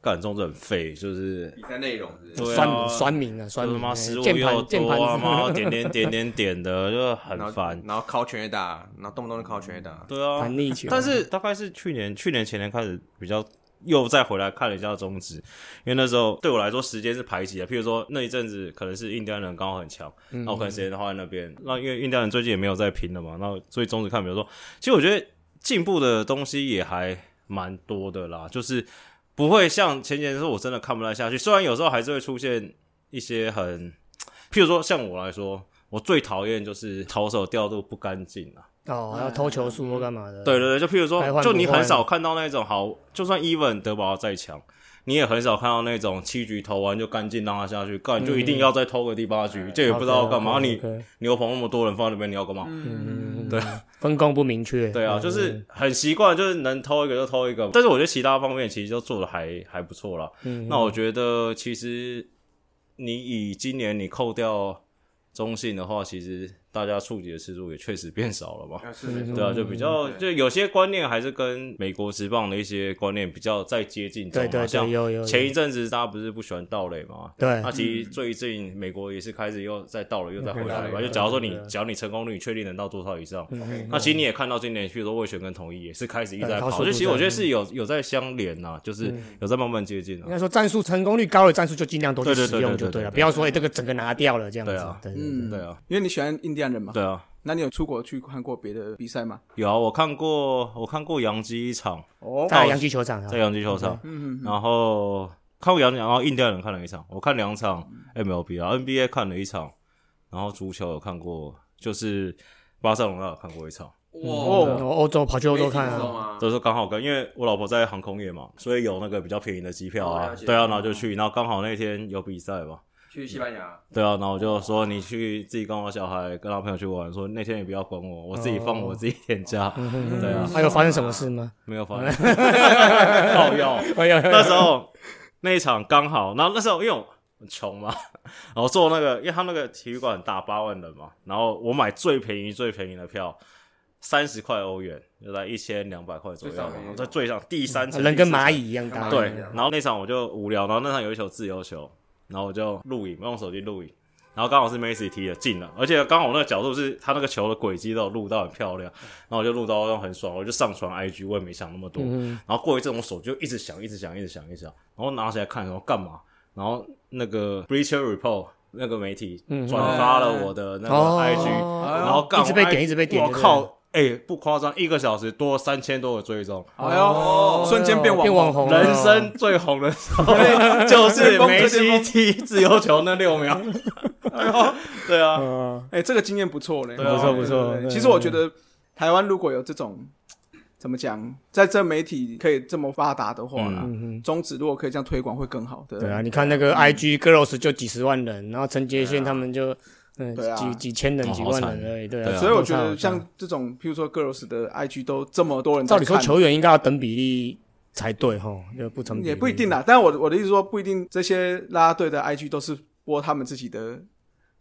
干中职很废，就是比赛内容是不是对啊酸酸民啊，酸就是民妈哎失误键又盘键多啊，盘，妈点点点点点的，就然很后烦。然后靠全垒打，然后动不动就靠全垒打。对 *laughs* 啊，弹力球。但是大概是去年、去年前年开始比较又再回来看了一下中职，因为那时候对我来说时间是排挤的。譬如说那一阵子可能是印第安人刚好很强，那我可能时间花在那边。那因为印第安人最近也没有在拼了嘛，那所以中职看，比如说，其实我觉得进步的东西也还蛮多的啦，就是不会像前年的时候我真的看不太下去。虽然有时候还是会出现一些很，譬如说像我来说。我最讨厌就是投手调度不干净啊，哦，要偷球数或干嘛的？对对对，就譬如该换不说，就你很少看到那种好，就算 even 德保要再强，你也很少看到那种七局投完就干净让他下去，干就一定要再偷个第八局，这也不知道干嘛。啊你嗯 OK，OK，牛棚那么多人放在那边，你要干嘛？嗯，对，分工不明确。对啊，嗯就是很习惯，就是能偷一个就偷一个。但是我觉得其他方面其实都做的还还不错啦。嗯那我觉得其实你以今年你扣掉中信的话，其实大家触及的次数也确实变少了嘛。啊是没错对啊，就比较嗯就有些观念还是跟美国职棒的一些观念比较再接近中对嘛，对对，像有有前一有阵子大家不是不喜欢盗垒嘛？对那其实最近美国也是开始又再盗垒又再回来嗯嘛。就对假如说你对对嗯只要你成功率确定能到多少以上， OK，那其实你也看到今年，譬如说魏权跟统一也是开始一直在对跑，高速就其实度嗯在我觉得是有有在相连呐、就是有在慢慢接近应啊。该说战术成功率高的战术就尽量多去对对使对用对就对对对了，对不要说哎这个整个拿掉了这样对子啊。对对对嗯，对啊，因为你喜欢印第安人嘛，对啊，那你有出国去看过别的比赛吗？有啊，我看过我看过洋基一场，哦，在洋基球场啊在，洋基球场，嗯，嗯嗯然后看过洋基，然后印第安人看了一场，我看两场 MLB 啊，NBA 看了一场，然后足球有看过，就是巴塞隆纳有看过一场。哦，欧洲跑去欧洲看啊，啊，都是刚好跟，因为我老婆在航空业嘛，所以有那个比较便宜的机票哦啊了，解对啊，然后就去，然后刚好那天有比赛嘛，去西班 *laughs* 牙，对啊，然后我就说你去自己跟我小孩跟他朋友去玩，说那天也不要管我，我自己放我自己天假，嗯对啊，还有哎发生什么事吗？没有放， *laughs* 好要。哎呀， *laughs* 那时候那一场刚好，然后那时候因为我很穷嘛， *laughs* 然后坐那个，因为他那个体育馆很大八万人嘛，然后我买最便宜最便宜的票，三十块欧元，就在一千两百块左右最上嘛面，在最上第三层，嗯人跟蚂蚁。蚁一样大。对，然后那场我就无聊，然后那场有一球自由球，然后我就录影，我用手机录影，然后刚好是 Messi 踢的进了，而且刚好那个角度是他那个球的轨迹都有录到很漂亮，然后我就录到很爽，我就上传 IG，我也没想那么多，嗯然后过一阵我手机就一直响，一直响，一直响，一直响，然后拿起来看，然后干嘛？然后那个 Breacher Report 那个媒体转发了我的那个 IG，、嗯哦然后干一直被我点 IG 一直被点我就对靠！哎、不夸张，一个小时多三千多个追踪，哎呦，瞬间变哦变网网红，红了，人生最红的时 *laughs* 候哦就是梅西踢自由球那六秒。 *laughs* 哎呦，对啊，嗯，哎，这个经验不错嘞，对啊不错不错对对对对其实我觉得台湾如果有这种怎么讲，在这媒体可以这么发达的话嗯啦，中职如果可以这样推广会更好的。对啊，你看那嗯个 IG Girls 就几十万人，然后陈杰宪他们就嗯对啊几几千人哦几好万惨人而已，对对啊，啊所以我觉都差得不多像这种，譬如说 Girls 的 IG 都这么多人在照理看，说球员应该要等比例才对吼，就不成比例也不一定啦。但我我的意思说，不一定这些啦啦队的 IG 都是播他们自己的，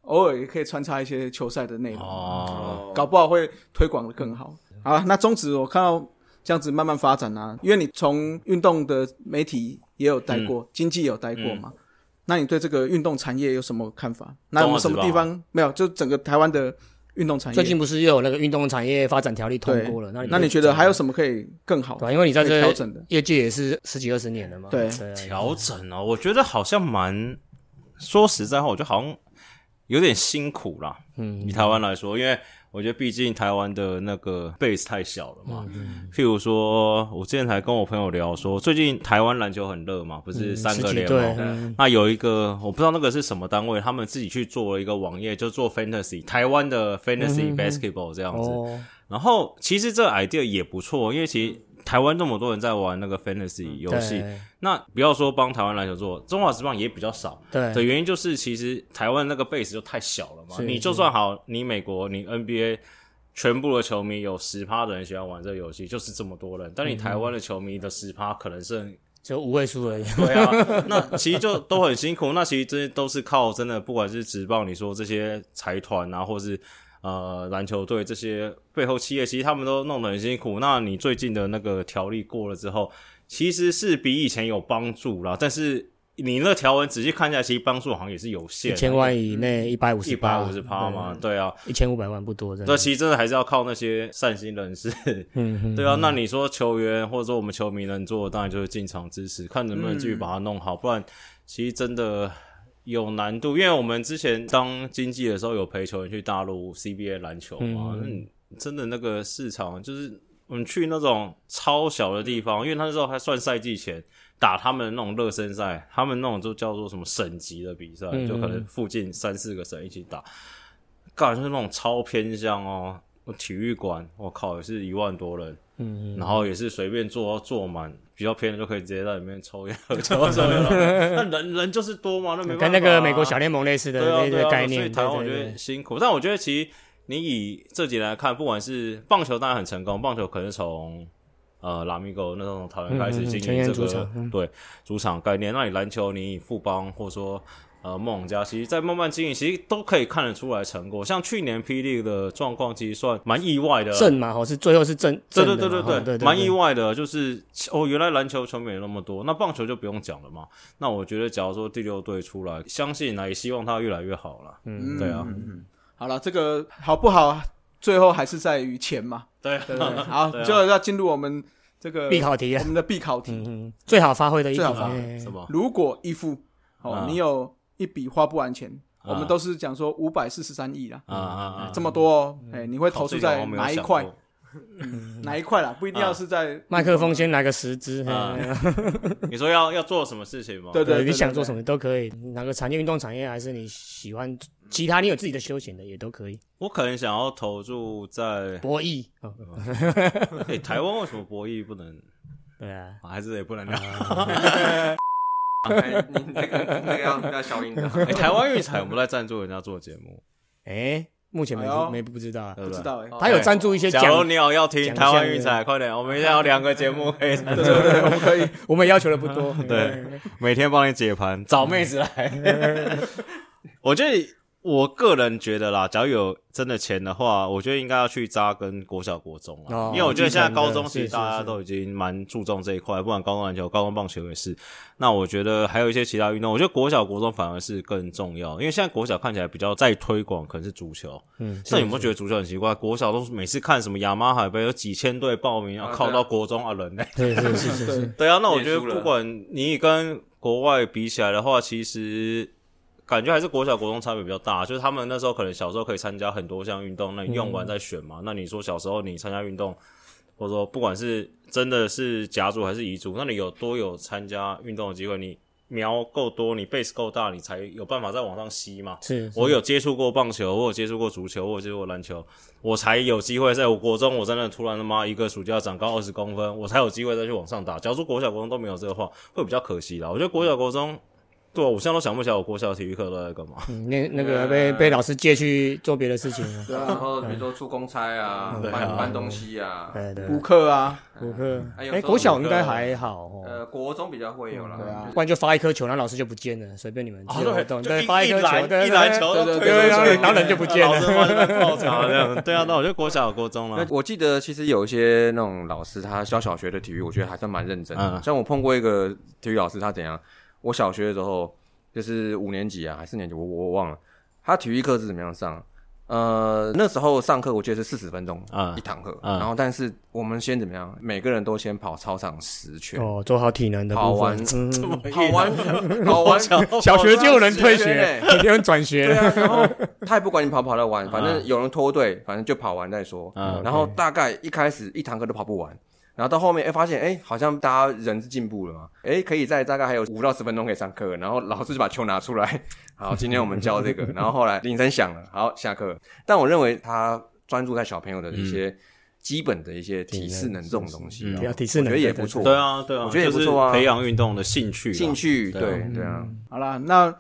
偶尔也可以穿插一些球赛的内容，哦，搞不好会推广的更好。好啦，那中职我看到这样子慢慢发展啊，因为你从运动的媒体也有待过，经济也有待过嘛。那你对这个运动产业有什么看法？那有没有什么地方没有？就整个台湾的运动产业，最近不是又有那个运动产业发展条例通过了？那你那你觉得还有什么可以更好？对啊，因为你在可这以哦调整的业界也是十几二十年了嘛，对啊调整哦，我觉得好像蛮，说实在话，我觉得好像有点辛苦啦。嗯，以台湾来说，因为我觉得毕竟台湾的那个 base 太小了嘛。嗯譬如说，我之前才跟我朋友聊说，最近台湾篮球很热嘛，不是三十个几联队盟，嗯那有一个我不知道那个是什么单位，他们自己去做了一个网页，就做 fantasy 台湾的 fantasy basketball 这样嗯子。哦，然后其实这 idea 也不错，因为其实台湾这么多人在玩那个 fantasy 游戏，对那不要说帮台湾篮球做，中华职棒也比较少。的对原因就是，其实台湾那个 base 就太小了嘛。是你就算好，你美国，你 NBA 全部的球迷有十趴的人喜欢玩这个游戏，就是这么多人。嗯但你台湾的球迷的十趴可能剩就五位数而 *laughs* 已，对啊，那其实就都很辛苦。那其实这些都是靠真的，不管是职棒，你说这些财团啊，或是呃篮球队这些背后企业，其实他们都弄得很辛苦。那你最近的那个条例过了之后，其实是比以前有帮助啦，但是。你那条文仔细看一下，其实帮助好像也是有限一的，千万以内一百五一十百五十趴嘛，对啊，一千五百万不多，真那的。其实真的还是要靠那些善心人士，嗯对啊。那你说球员或者说我们球迷能做，的，当然就是进场支持，看能不能继续把它弄好，不然其实真的有难度。因为我们之前当经纪的时候，有陪球员去大陆 CBA 篮球嘛，嗯那你真的那个市场就是我们去那种超小的地方，因为他那时候还算赛季前。打他们那种热身赛，他们那种就叫做什么省级的比赛，嗯就可能附近三四个省一起打，干就是那种超偏乡哦，体育馆，我靠，也是一万多人，嗯，然后也是随便坐坐满，比较偏的就可以直接在里面抽烟喝酒什么 *laughs* 的。那人人就是多嘛，那没办法啊、跟那个美国小联盟类似的对啊类似对的啊，概所以念，台湾我对觉对得辛苦，但我觉得其实你以这几年来看，不管是棒球当然很成功，棒球可能是从呃拉米狗那种从桃园开始嗯嗯嗯经全营员这主个场嗯对主场概念，那你篮球你以富邦或者说。呃，梦想家其实，在慢慢经营，其实都可以看得出来成果。像去年霹雳的状况，其实算蛮意外的对，啦。正嘛，哦，是最后是正，对正的对对嘛对哦对，蛮意外，外的，就是哦，原来篮球球迷有那么多，那棒球就不用讲了嘛。那我觉得，假如说第六队出来，相信啊，也希望他越来越好了。嗯对啊嗯嗯好了，这个好不好，最后还是在于钱嘛， *laughs* 对啊对不对？好，对啊就要进入我们这个必考题我啊，们的必考题。嗯嗯，最好发挥的一最好题发挥哎什么？如果一付哦啊，你有一笔花不完钱，啊我们都是讲说五百四十三亿啦，啊啊啊！这么多哦，哎，你会投这注个在我没有哪一想块？过？哪一块啦？不一定要是在麦克风，先来个十支， *laughs* 啊嘿你说要要做什么事情吗？对对，你想做什么？么都可以，哪个产业运动产业，还是你喜欢其他你有自己的休闲的也都可以。我可能想要投注在博弈，哦哎台湾为什么博弈不能，对啊，啊还是也不能聊？哎你这个这个要要 *laughs* 消音的， *laughs* 哎，台湾运彩我们在赞助人家做节目，哎，目前没哎呦没不知道啊，对不对知道哎。他有赞助一些假如奖，你有要听奖台湾项运的彩，快点，我们现在有两个节目可以赞助对。对对，我们可以。我们要求的不 *laughs* 多，对，每天帮你解盘，找妹子来。 *laughs* 我觉得我个人觉得啦，假如有真的钱的话，我觉得应该要去扎根国小、国中啦，哦因为我觉得现在高中基层的其实是大家是都已经蛮注重这一块，不管高中篮球、高中棒球也是。那我觉得还有一些其他运动，我觉得国小、国中反而是更重要，因为现在国小看起来比较在推广，可能是足球。嗯，那你有没有觉得足球很奇怪？国小都是每次看什么雅马哈杯有几千队报名，要啊靠对啊到国中啊人呢？是是是是是，对啊，那我觉得念书了不管你跟国外比起来的话，其实感觉还是国小国中差别比较大。啊就是他们那时候可能小时候可以参加很多项运动，那你用完再选嘛。那你说小时候你参加运动，或者说不管是真的是甲组还是乙组，那你有多有参加运动的机会，你苗够多，你 base 够大，你才有办法再往上吸嘛。是，我有接触过棒球，我有接触过足球，我有接触过篮球，我才有机会在我国中，我真的突然他妈一个暑假长高二十公分，我才有机会再去往上打。假如说国小国中都没有这个话，会比较可惜啦。我觉得国小国中，对啊、我现在都想不起来我国小体育课都在干嘛。嗯那那个被被老师借去做别的事情了，对然啊，后比如说出公差啊，对搬啊搬东西啊，呃对对，补课啊，补课，哎有哎，时候国小补应课该还好哦。呃，国中比较会有啦，对啊就是不然就发一颗球，然后老师就不见了，随便你们自由活动。对，发哦一颗篮球，对一篮对球对都对推对出对去，对老人就不见了老师妈就在泡茶这样。对啊，那我觉得国小国中那了，我记得其实有一些那种老师，他教小学的体育，我觉得还算蛮认真的。嗯像我碰过一个体育老师，他怎样？我小学的时候就是五年级啊，还是四年级，我我我忘了。他体育课是怎么样上？呃，那时候上课我记得是四十分钟嗯一堂课，嗯然后但是我们先怎么样？每个人都先跑操场十圈，哦，做好体能的好部玩分。嗯 *laughs* 跑完跑完啊欸小学就有人退跑完学十，有人转学对。啊， *laughs* 然后他也不管你跑不跑得啊完，反正有人脱队，反正就跑完再说。啊嗯然后大概一开始一堂课都跑不完，然后到后面哎、发现哎、好像大家人是进步了嘛，哎、可以在大概还有五到十分钟可以上课，然后老师就把球拿出来， *laughs* 好，今天我们 *laughs* 教这个，然后后来铃声响了，好下课。但我认为他专注在小朋友的一些基本的一些体适能这种东西嗯啊，对啊体适能我觉得也对对不错，对啊，对啊，我觉得也就不是错啊培养运动的兴趣啦，兴趣对啊对对啊，好啦，那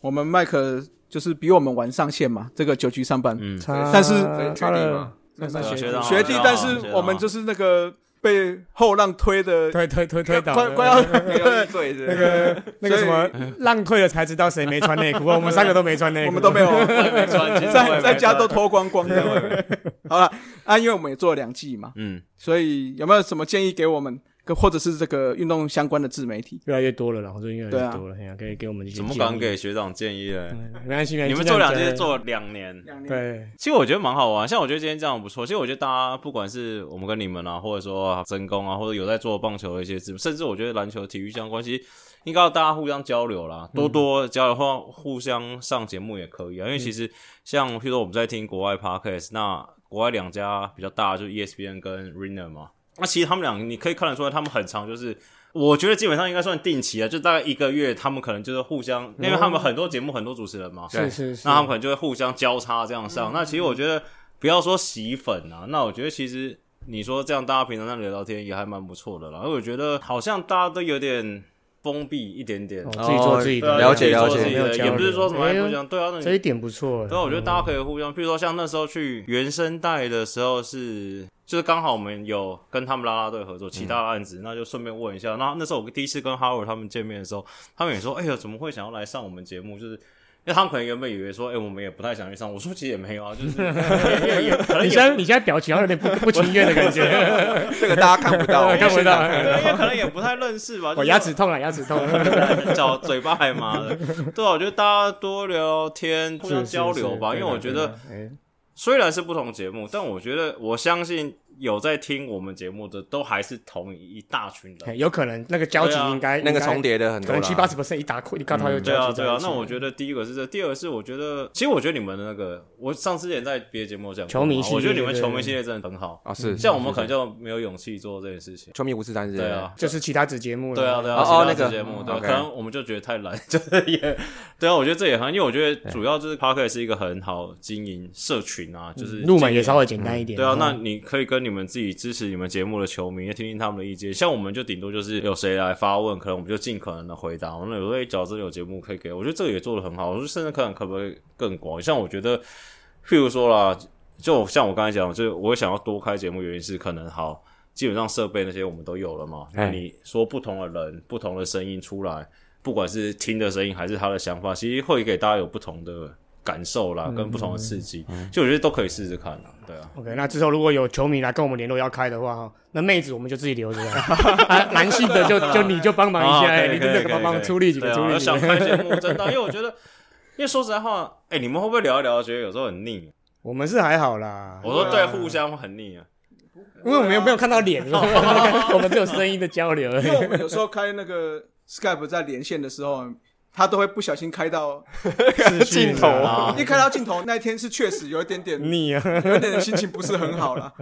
我们麦克就是比我们晚上线嘛，这个九局上半。嗯，但是所以决差定嘛了，，对啊学学长好学弟学，长但好学是长我们好就是那个被后浪推的，推推推推快倒快了快要 *laughs* 没有一对啊那 *laughs* 对。个那个什么浪退了才知道谁没穿内裤，我们三个都没穿内裤，我们都没有，没穿，其实我也在没在家穿都脱光光的。好了，啊，因为我们也做了两季嘛，嗯。所以有没有什么建议给我们，跟或者是这个运动相关的自媒 *laughs* 体？越来越多了啦，然后最近越对来啊越多了，哎呀，可以给我们一些怎么建敢议？给学长建议嘞？嗯没关系，没关系你们做两这样届子做两年，对，其实我觉得蛮好玩。像我觉得今天这样不错。其实我觉得大家不管是我们跟你们啊，或者说真功啊，或者有在做棒球的一些知识，甚至我觉得篮球、体育相关，其实应该要大家互相交流啦，多多交流的话，互相上节目也可以啊。因为其实像譬如说我们在听国外 podcast，那国外两家比较大就是 E ESPN 跟 Ringer 嘛，那其实他们俩你可以看得出来，他们很长就是。我觉得基本上应该算定期啊，就大概一个月，他们可能就是互相，因为他们很多节目很多主持人嘛，是是是嗯那他们可能就会互相交叉这样上。那其实我觉得不要说洗粉啊，那我觉得其实你说这样大家平常在聊聊天也还蛮不错的啦。因为我觉得好像大家都有点封闭一点点，哦自己做自己对啊的，了解自己做了解自己没有的交也不是流说什么哎还呦不讲，对啊，那你这一点不错。对啊，我觉得大家可以互相，譬如说像那时候去原声带的时候是，就是刚好我们有跟他们啦啦队合作，其他案子，那就顺便问一下。那那时候我第一次跟 Howard 他们见面的时候，他们也说，哎呀，怎么会想要来上我们节目？就是。因为他们可能原本以为说，哎、我们也不太想去上。我说其实也没有啊，就是 *laughs* 也也也可能哎你也现在你现在表情好像有点不不情愿的感 *laughs* 觉，这个大家看不到， *laughs* 看不到。对，因为可啊能也不太认识吧。就我是牙齿痛了，啊牙齿痛。啊 *laughs* 脚嘴巴还麻的。对啊，我觉得大家多聊天，互相交流吧。因为我觉啊得哎虽然是不同节目，但我觉得我相信有在听我们节目的都还是同一大群哎人。有可能那个交集对啊应该那个重叠，叠的很哎可多啦，啊能七八十 percent 一打扣，一刚好有对啊，交集在对一起。啊。那我觉得第一个是这，第二个是我觉得，其实我觉得你们的那个，我上次也在别的节目讲过嘛，球迷系列我觉得你们球迷对系列真的很好。啊是嗯像我们可能就没有勇气做这件事情。球迷五四三日，对啊，就是其他子节目了。对啊，对啊，哦其他哦那的个节目，嗯对啊， OK 可能我们就觉得太懒， *laughs* 就是也，对啊，我觉得这也很，因为我觉得主要就是 p a r k e r 是一个很好经营社群啊，就是嗯入门也经营稍微简单一点。对啊，嗯那你可以跟你们自己支持你们节目的球迷，也听听他们的意见。像我们就顶多就是有谁来发问，可能我们就尽可能的回答。我们有时候哎假设有节目可以给，我觉得这个也做的很好。我说甚至可能可不可以更广？像我觉得，譬如说啦，就像我刚才讲，就是我想要多开节目，原因是可能好，基本上设备那些我们都有了嘛。那哎你说不同的人、不同的声音出来，不管是听的声音还是他的想法，其实会给大家有不同的。感受啦，跟不同的刺激，就我觉得都可以试试看啦，对啊。 OK，那之后如果有球迷来跟我们联络要开的话哈，那妹子我们就自己留着了， *laughs* 啊，男性的就就你就啊帮忙一下，哎对你真的帮忙出力几个，出 *laughs* 力几啊想个。开节目真的，因为我觉得，因为说实在话，哎，你们会不会聊一聊，觉得有时候很腻？啊我们是还好啦，我说对，互相很腻啊。因为我们有没有看到脸，是吧 *laughs* 我们只有声音的交流而已因。为我们有时候开那个 Skype 在连线的时候，他都会不小心开到镜头啊一开到镜头，那一天是确实有一点点，你啊，有一点点心情不是很好啦。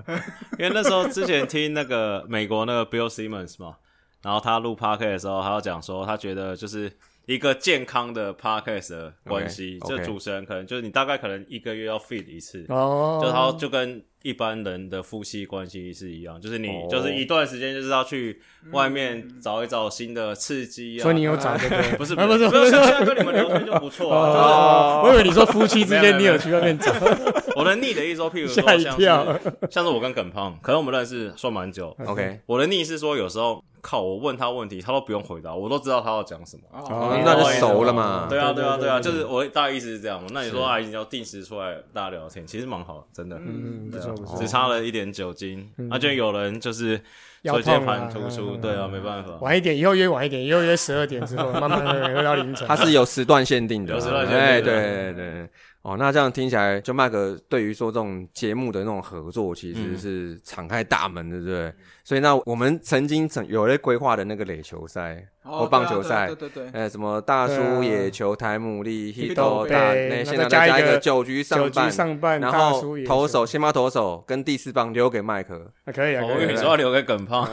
因为那时候之前听那个美国那个 Bill Simmons 嘛，然后他录 podcast 的时候，他要讲说，他觉得就是一个健康的 podcast 的关系， OK，OK 这主持人可能就是你大概可能一个月要 feed 一次，哦，就他就跟一般人的夫妻关系是一样，就是你哦就是一段时间就是要去外面找一找新的刺激啊。所以你有找这个？ *laughs* 不是啊不是不不是，是像现在跟你们聊天就不错 *laughs* 啊。哦，我以为你说夫妻之 *laughs* 没有间没有你有去外面找，就是我的腻的意思哦说，譬如说吓一像跳是像是我跟耿胖，可能我们认识算蛮久。 *laughs* OK，我的腻是说有时候靠我问他问题，他都不用回答，我都知道他要讲什么。哦那就熟了嘛。对啊，对啊，对对啊，就是我大概意思是这样嘛。那你说啊，你要定时出来大家聊天，其实蛮好的，真的。嗯，不错不错只，差了一点酒精，那、就有人就是腰椎痛间啊盘突出，嗯对嗯啊，没办法。晚一点，以后约晚一点，以后约十二点 *laughs* 之后，慢慢的喝到凌晨。它是有时段限定的啊，有时段限定哎，对对对对。哦，那这样听起来，就麦克对于说这种节目的那种合作，其实嗯是敞开大门的，对不对？所以那我们曾经曾有在规划的那个垒球赛，哦或棒球赛对啊对啊嗯对啊对啊呃，什么大对啊叔野球、台姆利、h i t Hito o 大杯那然后现再在加再加一一个个九局九上局半，上半，然大后叔也投手先发投手跟第四棒留给麦克，啊可以啊，可以哦我啊跟你说要留给耿 *laughs* 胖，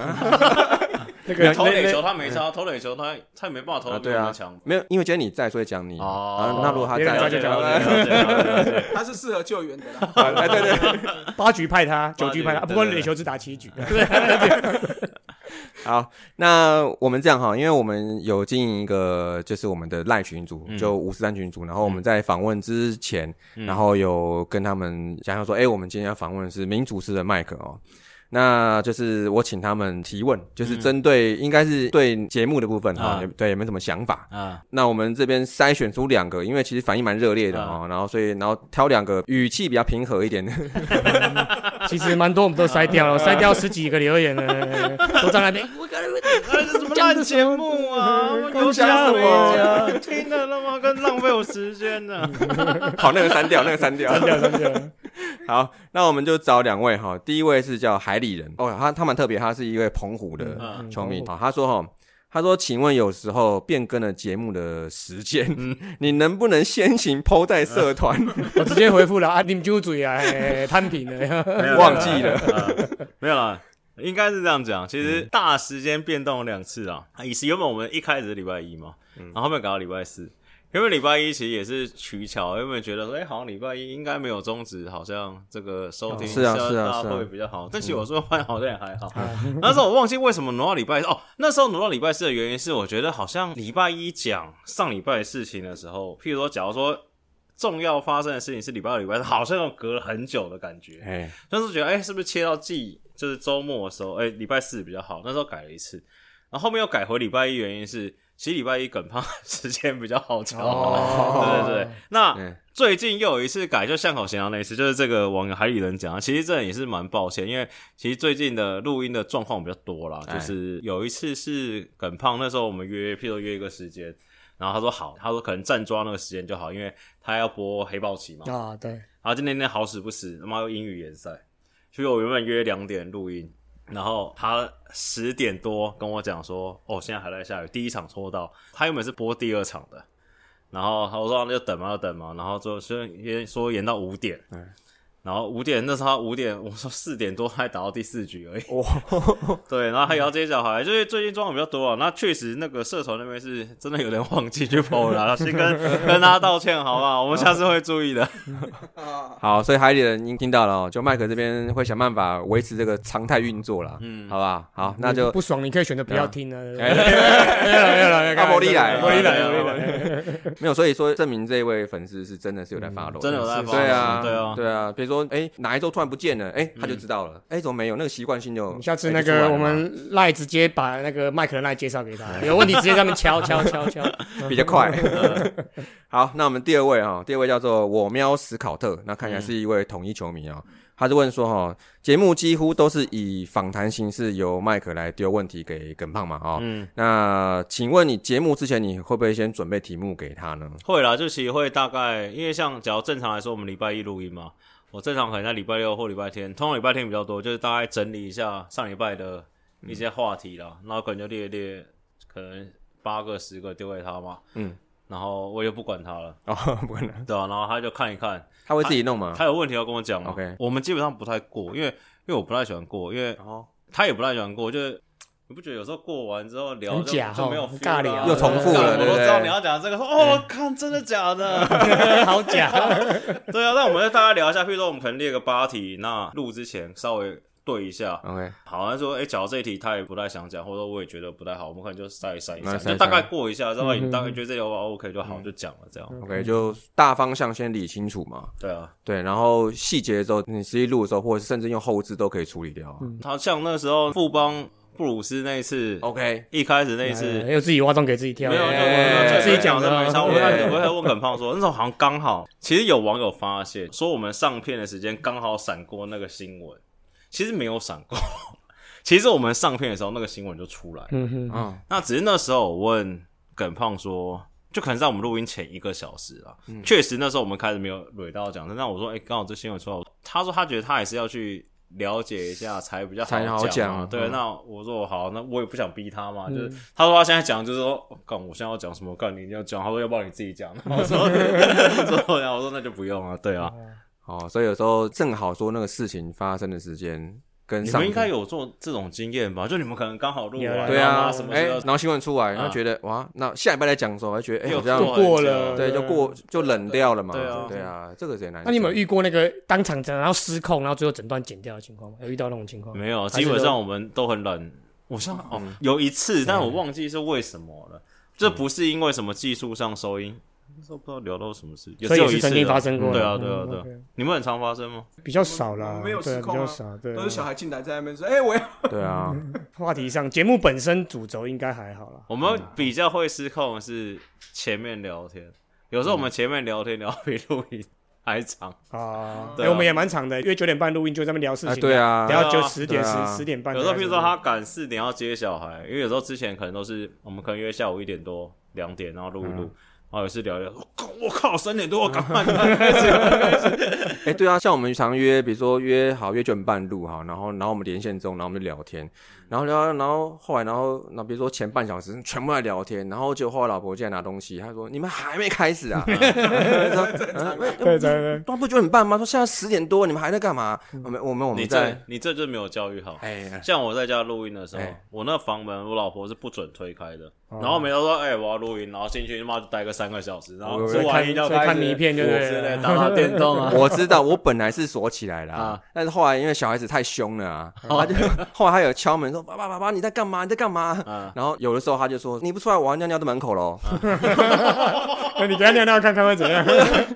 那个投垒球那他没差，投垒球他他也没办法投啊的比对我们啊强。没有，因为今天你在，所以讲你。哦啊那如果他别人在在就讲了解了解了解 *laughs* 了解他是适合救援的啦。哎，对对，对那八局派他，九局派他，八局啊不过对对对垒球只打七局， *laughs* *laughs* 好，那我们这样哈，因为我们有经营一个就是我们的赖群组，就五十三群组，然后我们在访问之前，然后有跟他们想想说，哎、我们今天要访问的是名主持人麦克哦。那就是我请他们提问，就是针对、应该是对节目的部分哈、啊有对有没有什么想法？啊，那我们这边筛选出两个，因为其实反应蛮热烈的哦，然后所以然后挑两个语气比较平和一 *laughs* 点的，其实蛮多我们都筛 *laughs* 掉了，筛掉十几个留言了， *laughs* 都在那 *laughs* 边。那是什么烂节目啊？有加什什么么？ *laughs* 听了他妈跟浪费我时间啊呢。好，那个删掉，那个删掉，删掉，删掉。 *laughs* 好，那我们就找两位哈，第一位是叫海里人哦，他他蛮特别，他是一位澎湖的嗯球迷。好，他说哈，他说，请问有时候变更了节目的时间， *laughs* 你能不能先行抛在社团？我直接回复了啊，你们就嘴啊，哎摊平 *laughs* 了。没有忘记了嗯啊没有啦。应该是这样讲，其实大嗯时间变动了两次啊，以是原本我们一开始是礼拜一嘛，然后后面改到礼拜四，因为礼拜一其实也是取巧，因为觉得说，哎、好像礼拜一应该没有终止，好像这个收听是啊是啊大是啊嗯会比较好。但其实我说发现好像也还 *laughs* 好。那时候我忘记为什么挪到礼拜四哦，那时候挪到礼拜四的原因是，我觉得好像礼拜一讲上礼拜的事情的时候，譬如说，假如说重要发生的事情是礼拜二、礼拜四，好像又隔了很久的感觉。哎，但是觉得哎、是不是切到季就是周末的时候，哎、礼拜四比较好，那时候改了一次，然后后面又改回礼拜一，原因是其实礼拜一梗胖 *laughs* 时间比较好调。哦对对对，那、嗯最近又有一次改，就巷口闲聊那一次，就是这个网友海里人讲啊，其实这也是蛮抱歉，因为其实最近的录音的状况比较多啦，哎就是有一次是耿胖，那时候我们约，譬如约一个时间，然后他说好，他说可能站抓那个时间就好，因为他要播黑豹旗嘛，啊，对，然后今天那好死不死，他妈又英语联赛，所以我原本约两点录音，然后他十点多跟我讲说，哦，现在还在下雨，第一场拖到，他原本是播第二场的，然后他我说那就等嘛，就等嘛，然后就说延说延到五点，嗯然后五点那时候他五点，我说四点多他还打到第四局而已，哇，对，然后还摇接小孩，就是最近状况比较多啊。那确实那个社团那边是真的有点忘记去 PO 了啊啦，先跟跟大家道歉好不好？我们下次会注意的。啊，好，所以海里人您听到了哦，就麦克这边会想办法维持这个常态运作啦，嗯，好吧，好，那就不爽你可以选择不要听了。哎没有 *laughs* 了没有了，阿伯利啊来伯利来，阿伯利来伯利来。没有，所以说证明这位粉丝是真的是有在发漏、真的有在是 follow 对啊，对啊，对啊，比如说，哎、哪一周突然不见了，哎、他就知道了，哎、怎么没有？那个习惯性就，你下次哎那就出来个了我嘛们赖直接把那个麦克的赖介绍给 *laughs* 他，有问题直接在那边敲敲敲敲。 *laughs* 比较快。 *laughs* 好，那我们第二位哈、第二位叫做我喵史考特，那看起来是一位统一球迷啊、他是问说哈、节目几乎都是以访谈形式由麦克来丢问题给耿胖嘛啊、嗯，那请问你节目之前你会不会先准备题目给他呢？会啦，就其实会大概，因为像假如正常来说，我们礼拜一录音嘛，我正常可能在礼拜六或礼拜天，通常礼拜天比较多，就是大概整理一下上礼拜的一些话题啦，嗯然后可能就列一列，可能八个十个丢给他嘛，嗯，然后我也不管他了，哦，不可能，对啊，然后他就看一看，他会自己弄吗？他有问题要跟我讲嘛 OK 我们基本上不太过，因为因为我不太喜欢过，因为哦他也不太喜欢过，就是。你不觉得有时候过完之后聊很就假就哦没有很 feel 尬啦聊又重复对啊了我都对不嗯知道对你要讲这个，说哦，看真的假的，好假， *laughs* 对啊，那我们就大概聊一下，譬如说我们可能列个八题，那录之前稍微对一下。 ，OK，好像说，哎、假如这一题他也不太想讲，或者说我也觉得不太好，我们可能就筛一筛一那筛，筛一就筛嗯大概过一下，知道你嗯大概觉得这条 OK 就好，就讲了这样。 OK，就大方向先理清楚嘛。对啊，对，然后细节的时候，你实际录的时候，或者是甚至用后置都可以处理掉啊。嗯他像那时候富邦布鲁斯那一次哦 OK，一开始那一次，哎又自己挖洞给自己跳，没有，哎就哎我自己讲的的啊没差。我还哎我还问耿胖说，那时候好像刚好，其实有网友发现说我们上片的时间刚好闪过那个新闻，其实没有闪过。其实我们上片的时候，那个新闻就出来了。嗯哼，嗯，那只是那时候我问耿胖说，就可能在我们录音前一个小时啦。嗯确、实那时候我们开始没有蕊到讲，但我说，哎、刚好这新闻出来，我他说他觉得他还是要去了解一下才比较才好好讲嘛。讲对，嗯那我说好，那我也不想逼他嘛，就是他说他现在讲就是说，哦干、我现在要讲什么，干你一定要讲，他说要 *laughs* 不然你自己讲。我说，说然后我说那就不用啊，对啊，哦，所以有时候正好说那个事情发生的时间跟你上，们应该有做这种经验吧？就你们可能刚好录有啊完，对然后啊拿什，么哎，时候然后新闻出来，啊然后觉得哇，那下礼拜再讲的时候，我还觉得哎，又好像过过很久了对，就过就冷掉了嘛。对啊对啊，这个也难讲。那你有没有遇过那个当场讲然后失控，然后最后整段剪掉的情况吗？有遇到那种情况？没有，还是基本都上我们都很懒。我像哦，有一嗯次，但我忘记是为什么了。这不是因为什么技术上收音，那时候不知道聊到什么事，也所是以有也一是次曾经啊发生过的。对啊，对啊，嗯对啊 OK 你们很常发生吗？比较少啦，没有对失控啊比较少，对。都是小孩进来在那边说，哎，我要对啊，话题上，节目本身主轴应该还好啦。我们比较会失控的是前面聊天，有时候我们前面聊天聊比录音还长。啊，对啊哎我们也蛮长的，约九点半录音就在那边聊事啊情，对啊，聊，聊对九啊十点对啊十十点半。有时候，譬如说他赶四点要接小孩，因为有时候之前可能都是我们可能约下午一点多、两点，然后录一嗯录。然后有一次聊一聊，我靠，我靠，三点多，我赶快。 *laughs* *laughs* 哎，对啊，像我们常约，比如说约好约九点半录哈，然后然后我们连线中，然后我们就聊天，然后聊，然后后来然后那比如说前半小时全部在聊天，然后就后来老婆进来拿东西，她说你们还没开始啊？ *laughs* 对对对， *laughs* 那啊不觉得很棒吗？说现在十点多，你们还在干嘛？我们我们我你们这在你这就没有教育好。哎呀像我在家录音的时候哎，我那房门我老婆是不准推开的，哦然后每周说，哎、我要录音，然后进去他妈就待个三个小时，然后我录完音哦看要所以看迷迷片就对之类，了打打电动 *laughs* 啊。 *laughs* 我知道，我本来是锁起来的 *laughs* 啊啊，但是后来因为小孩子太凶了 *laughs* 啊，他就后来他有敲门说：“爸爸，爸爸，你在干嘛？你在干嘛啊？”然后有的时候他就说：“你不出来，我要尿尿在门口喽。那你给他尿尿看看会怎样？”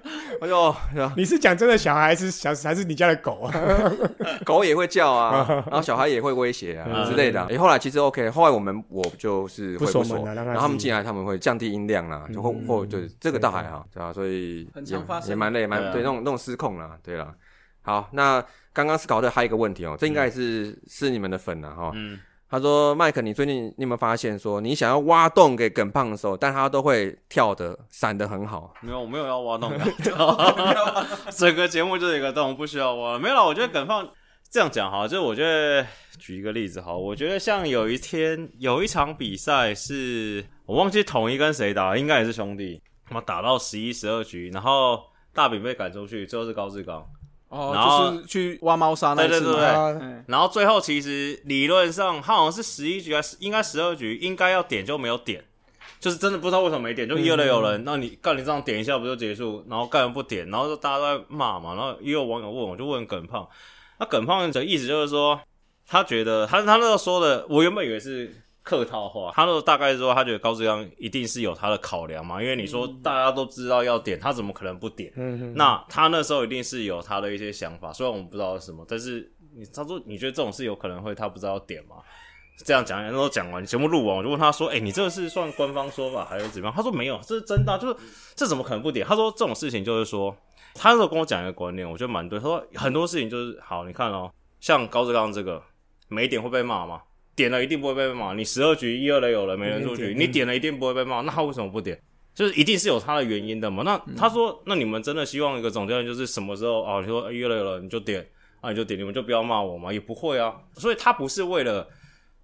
*laughs* 哎呦，是吧你是讲真的小孩还是小还是你家的狗啊？ *laughs* 狗也会叫啊，然后小孩也会威胁啊之类的啊。哎，后来其实 OK，后来我们我就是不会锁锁，门啊让他然后他们自己进来他们会降低音量啊啦，就或或就是这个倒还好，对吧？啊所以很也常发生也蛮累，蛮对啊对那种那种失控啦，对啦。好，那刚刚斯考特还有一个问题哦，这应该是是你们的粉了啊哈。嗯，他说：“麦克，你最近你有没有发现说，你想要挖洞给耿胖的时候，但他都会跳的、闪的很好。没有，我没有要挖洞的，整个节目就是一个洞，不需要挖。没有啦，我觉得耿放这样讲哈，就是我觉得举一个例子哈，我觉得像有一天有一场比赛是我忘记统一跟谁打，应该也是兄弟，我打到十一十二局，然后大饼被赶出去，最后是高志刚。然后哦，就是去挖猫砂那一对次对对嘛对，哎然后最后其实理论上他好像是十一局还是应该十二局，应该要点就没有点，就是真的不知道为什么没点，就一二垒有人，那你干你这样点一下不就结束？然后干嘛不点，然后就大家都在骂嘛，然后也有网友问我，就问耿胖，那耿胖的意思就是说，他觉得他他那时候说的，我原本以为是。客套话，他那时候大概说，他觉得高志刚一定是有他的考量嘛，因为你说大家都知道要点，他怎么可能不点？嗯，那他那时候一定是有他的一些想法，虽然我们不知道是什么，但是你他说你觉得这种事有可能会他不知道点吗？这样讲，然后讲完节目录完，我就问他说：“哎、你这个是算官方说法还是怎么样？”他说：“没有，这是真的啊、就是这怎么可能不点？”他说：“这种事情就是说，他那时候跟我讲一个观念，我觉得蛮对。他说很多事情就是好，你看哦，像高志刚这个没点会被骂吗？点了一定不会被骂。你十二局一二垒有人没人出局，你点了一定不会被骂。那他为什么不点？就是一定是有他的原因的嘛。那他说，那你们真的希望一个总教练就是什么时候哦？你说哎约了了你就点啊，你就点，你们就不要骂我嘛，也不会啊。所以他不是为了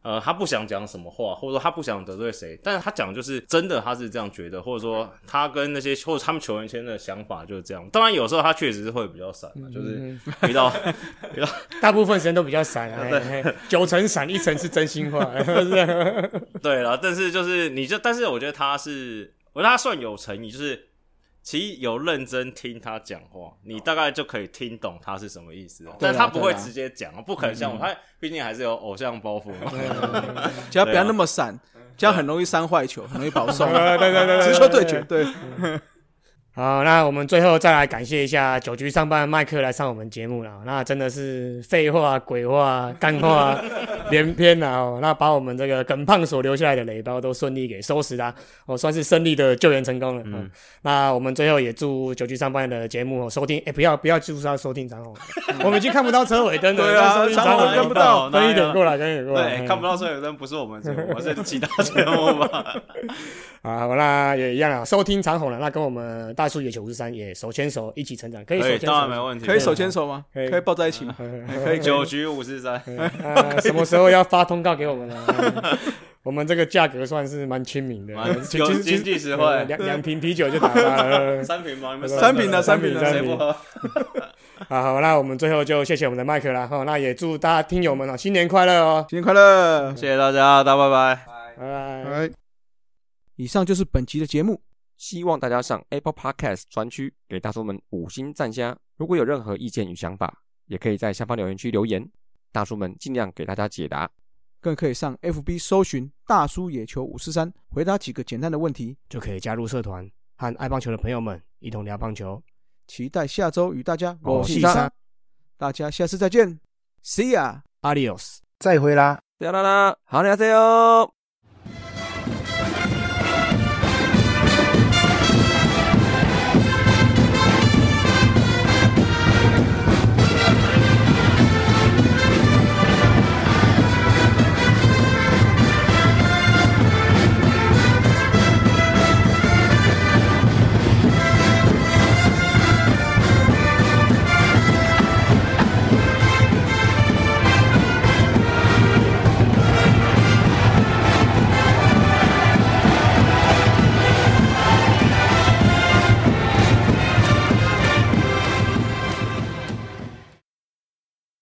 呃，他不想讲什么话，或者说他不想得罪谁，但是他讲的就是真的，他是这样觉得，或者说他跟那些或者他们球员圈的想法就是这样。当然有时候他确实是会比较散嘛，就是遇到大部分时间都比较闪啊，哎哎九成闪，一成是真心话， *laughs* 对了，但是就是你就，但是我觉得他是，我觉得他算有诚意，就是其实有认真听他讲话，你大概就可以听懂他是什么意思了。哦对但啦他不会对啦直接讲，哦不可能像我，他毕竟还是有偶像包袱 *laughs* 嘛。只要不要那么闪，这样很容易伤坏球，很容易保送。对对对对对直球对决，对，好，那我们最后再来感谢一下九局上班的麦克来上我们节目了。那真的是废话、鬼话、干话 *laughs* 连篇啊！哦，那把我们这个耿胖所留下来的雷包都顺利给收拾啦，哦，算是胜利的救援成功了。嗯，那我们最后也祝九局上班的节目、哦、收听，哎、不要不要祝他收听长虹，我们已经看不到车尾灯了，对要啊收听长长虹虹看不到分一点过。过来，分一点过来，嗯对，看不到孙有灯不是我们节目，是其他节目吧？啊，好那也一样啊，收听长虹了，那跟我们大叔野球五十三也手牵手一起成长，可以手 *laughs* 可以，牵手，当然没问题。可以手牵手吗？可以可以抱在一起吗？可以，可以。九局五十三，啊，什么时候要发通告给我们呢？ *laughs* 嗯我们这个价格算是蛮亲民的，蛮其有其实经济实惠呃两两瓶啤酒就打发 *laughs* 了。三瓶吗？你们三瓶的，的，啊三瓶的，三三瓶瓶谁不喝？ *laughs* 好好，那我们最后就谢谢我们的麦克啦，哈，那也祝大家听友们哦，新年快乐哦，新年快乐！谢谢大家，大家拜拜。拜拜。哎以上就是本集的节目。希望大家上 Apple Podcast 专区给大叔们五星赞加。如果有任何意见与想法，也可以在下方留言区留言，大叔们尽量给大家解答。更可以上 FB 搜寻“大叔野球五四三”，回答几个简单的问题。就可以加入社团，和爱棒球的朋友们一同聊棒球。期待下周与大家我是三三大家下次再见，See ya。 Adios。再回啦。啦啦啦，好，你好，加油！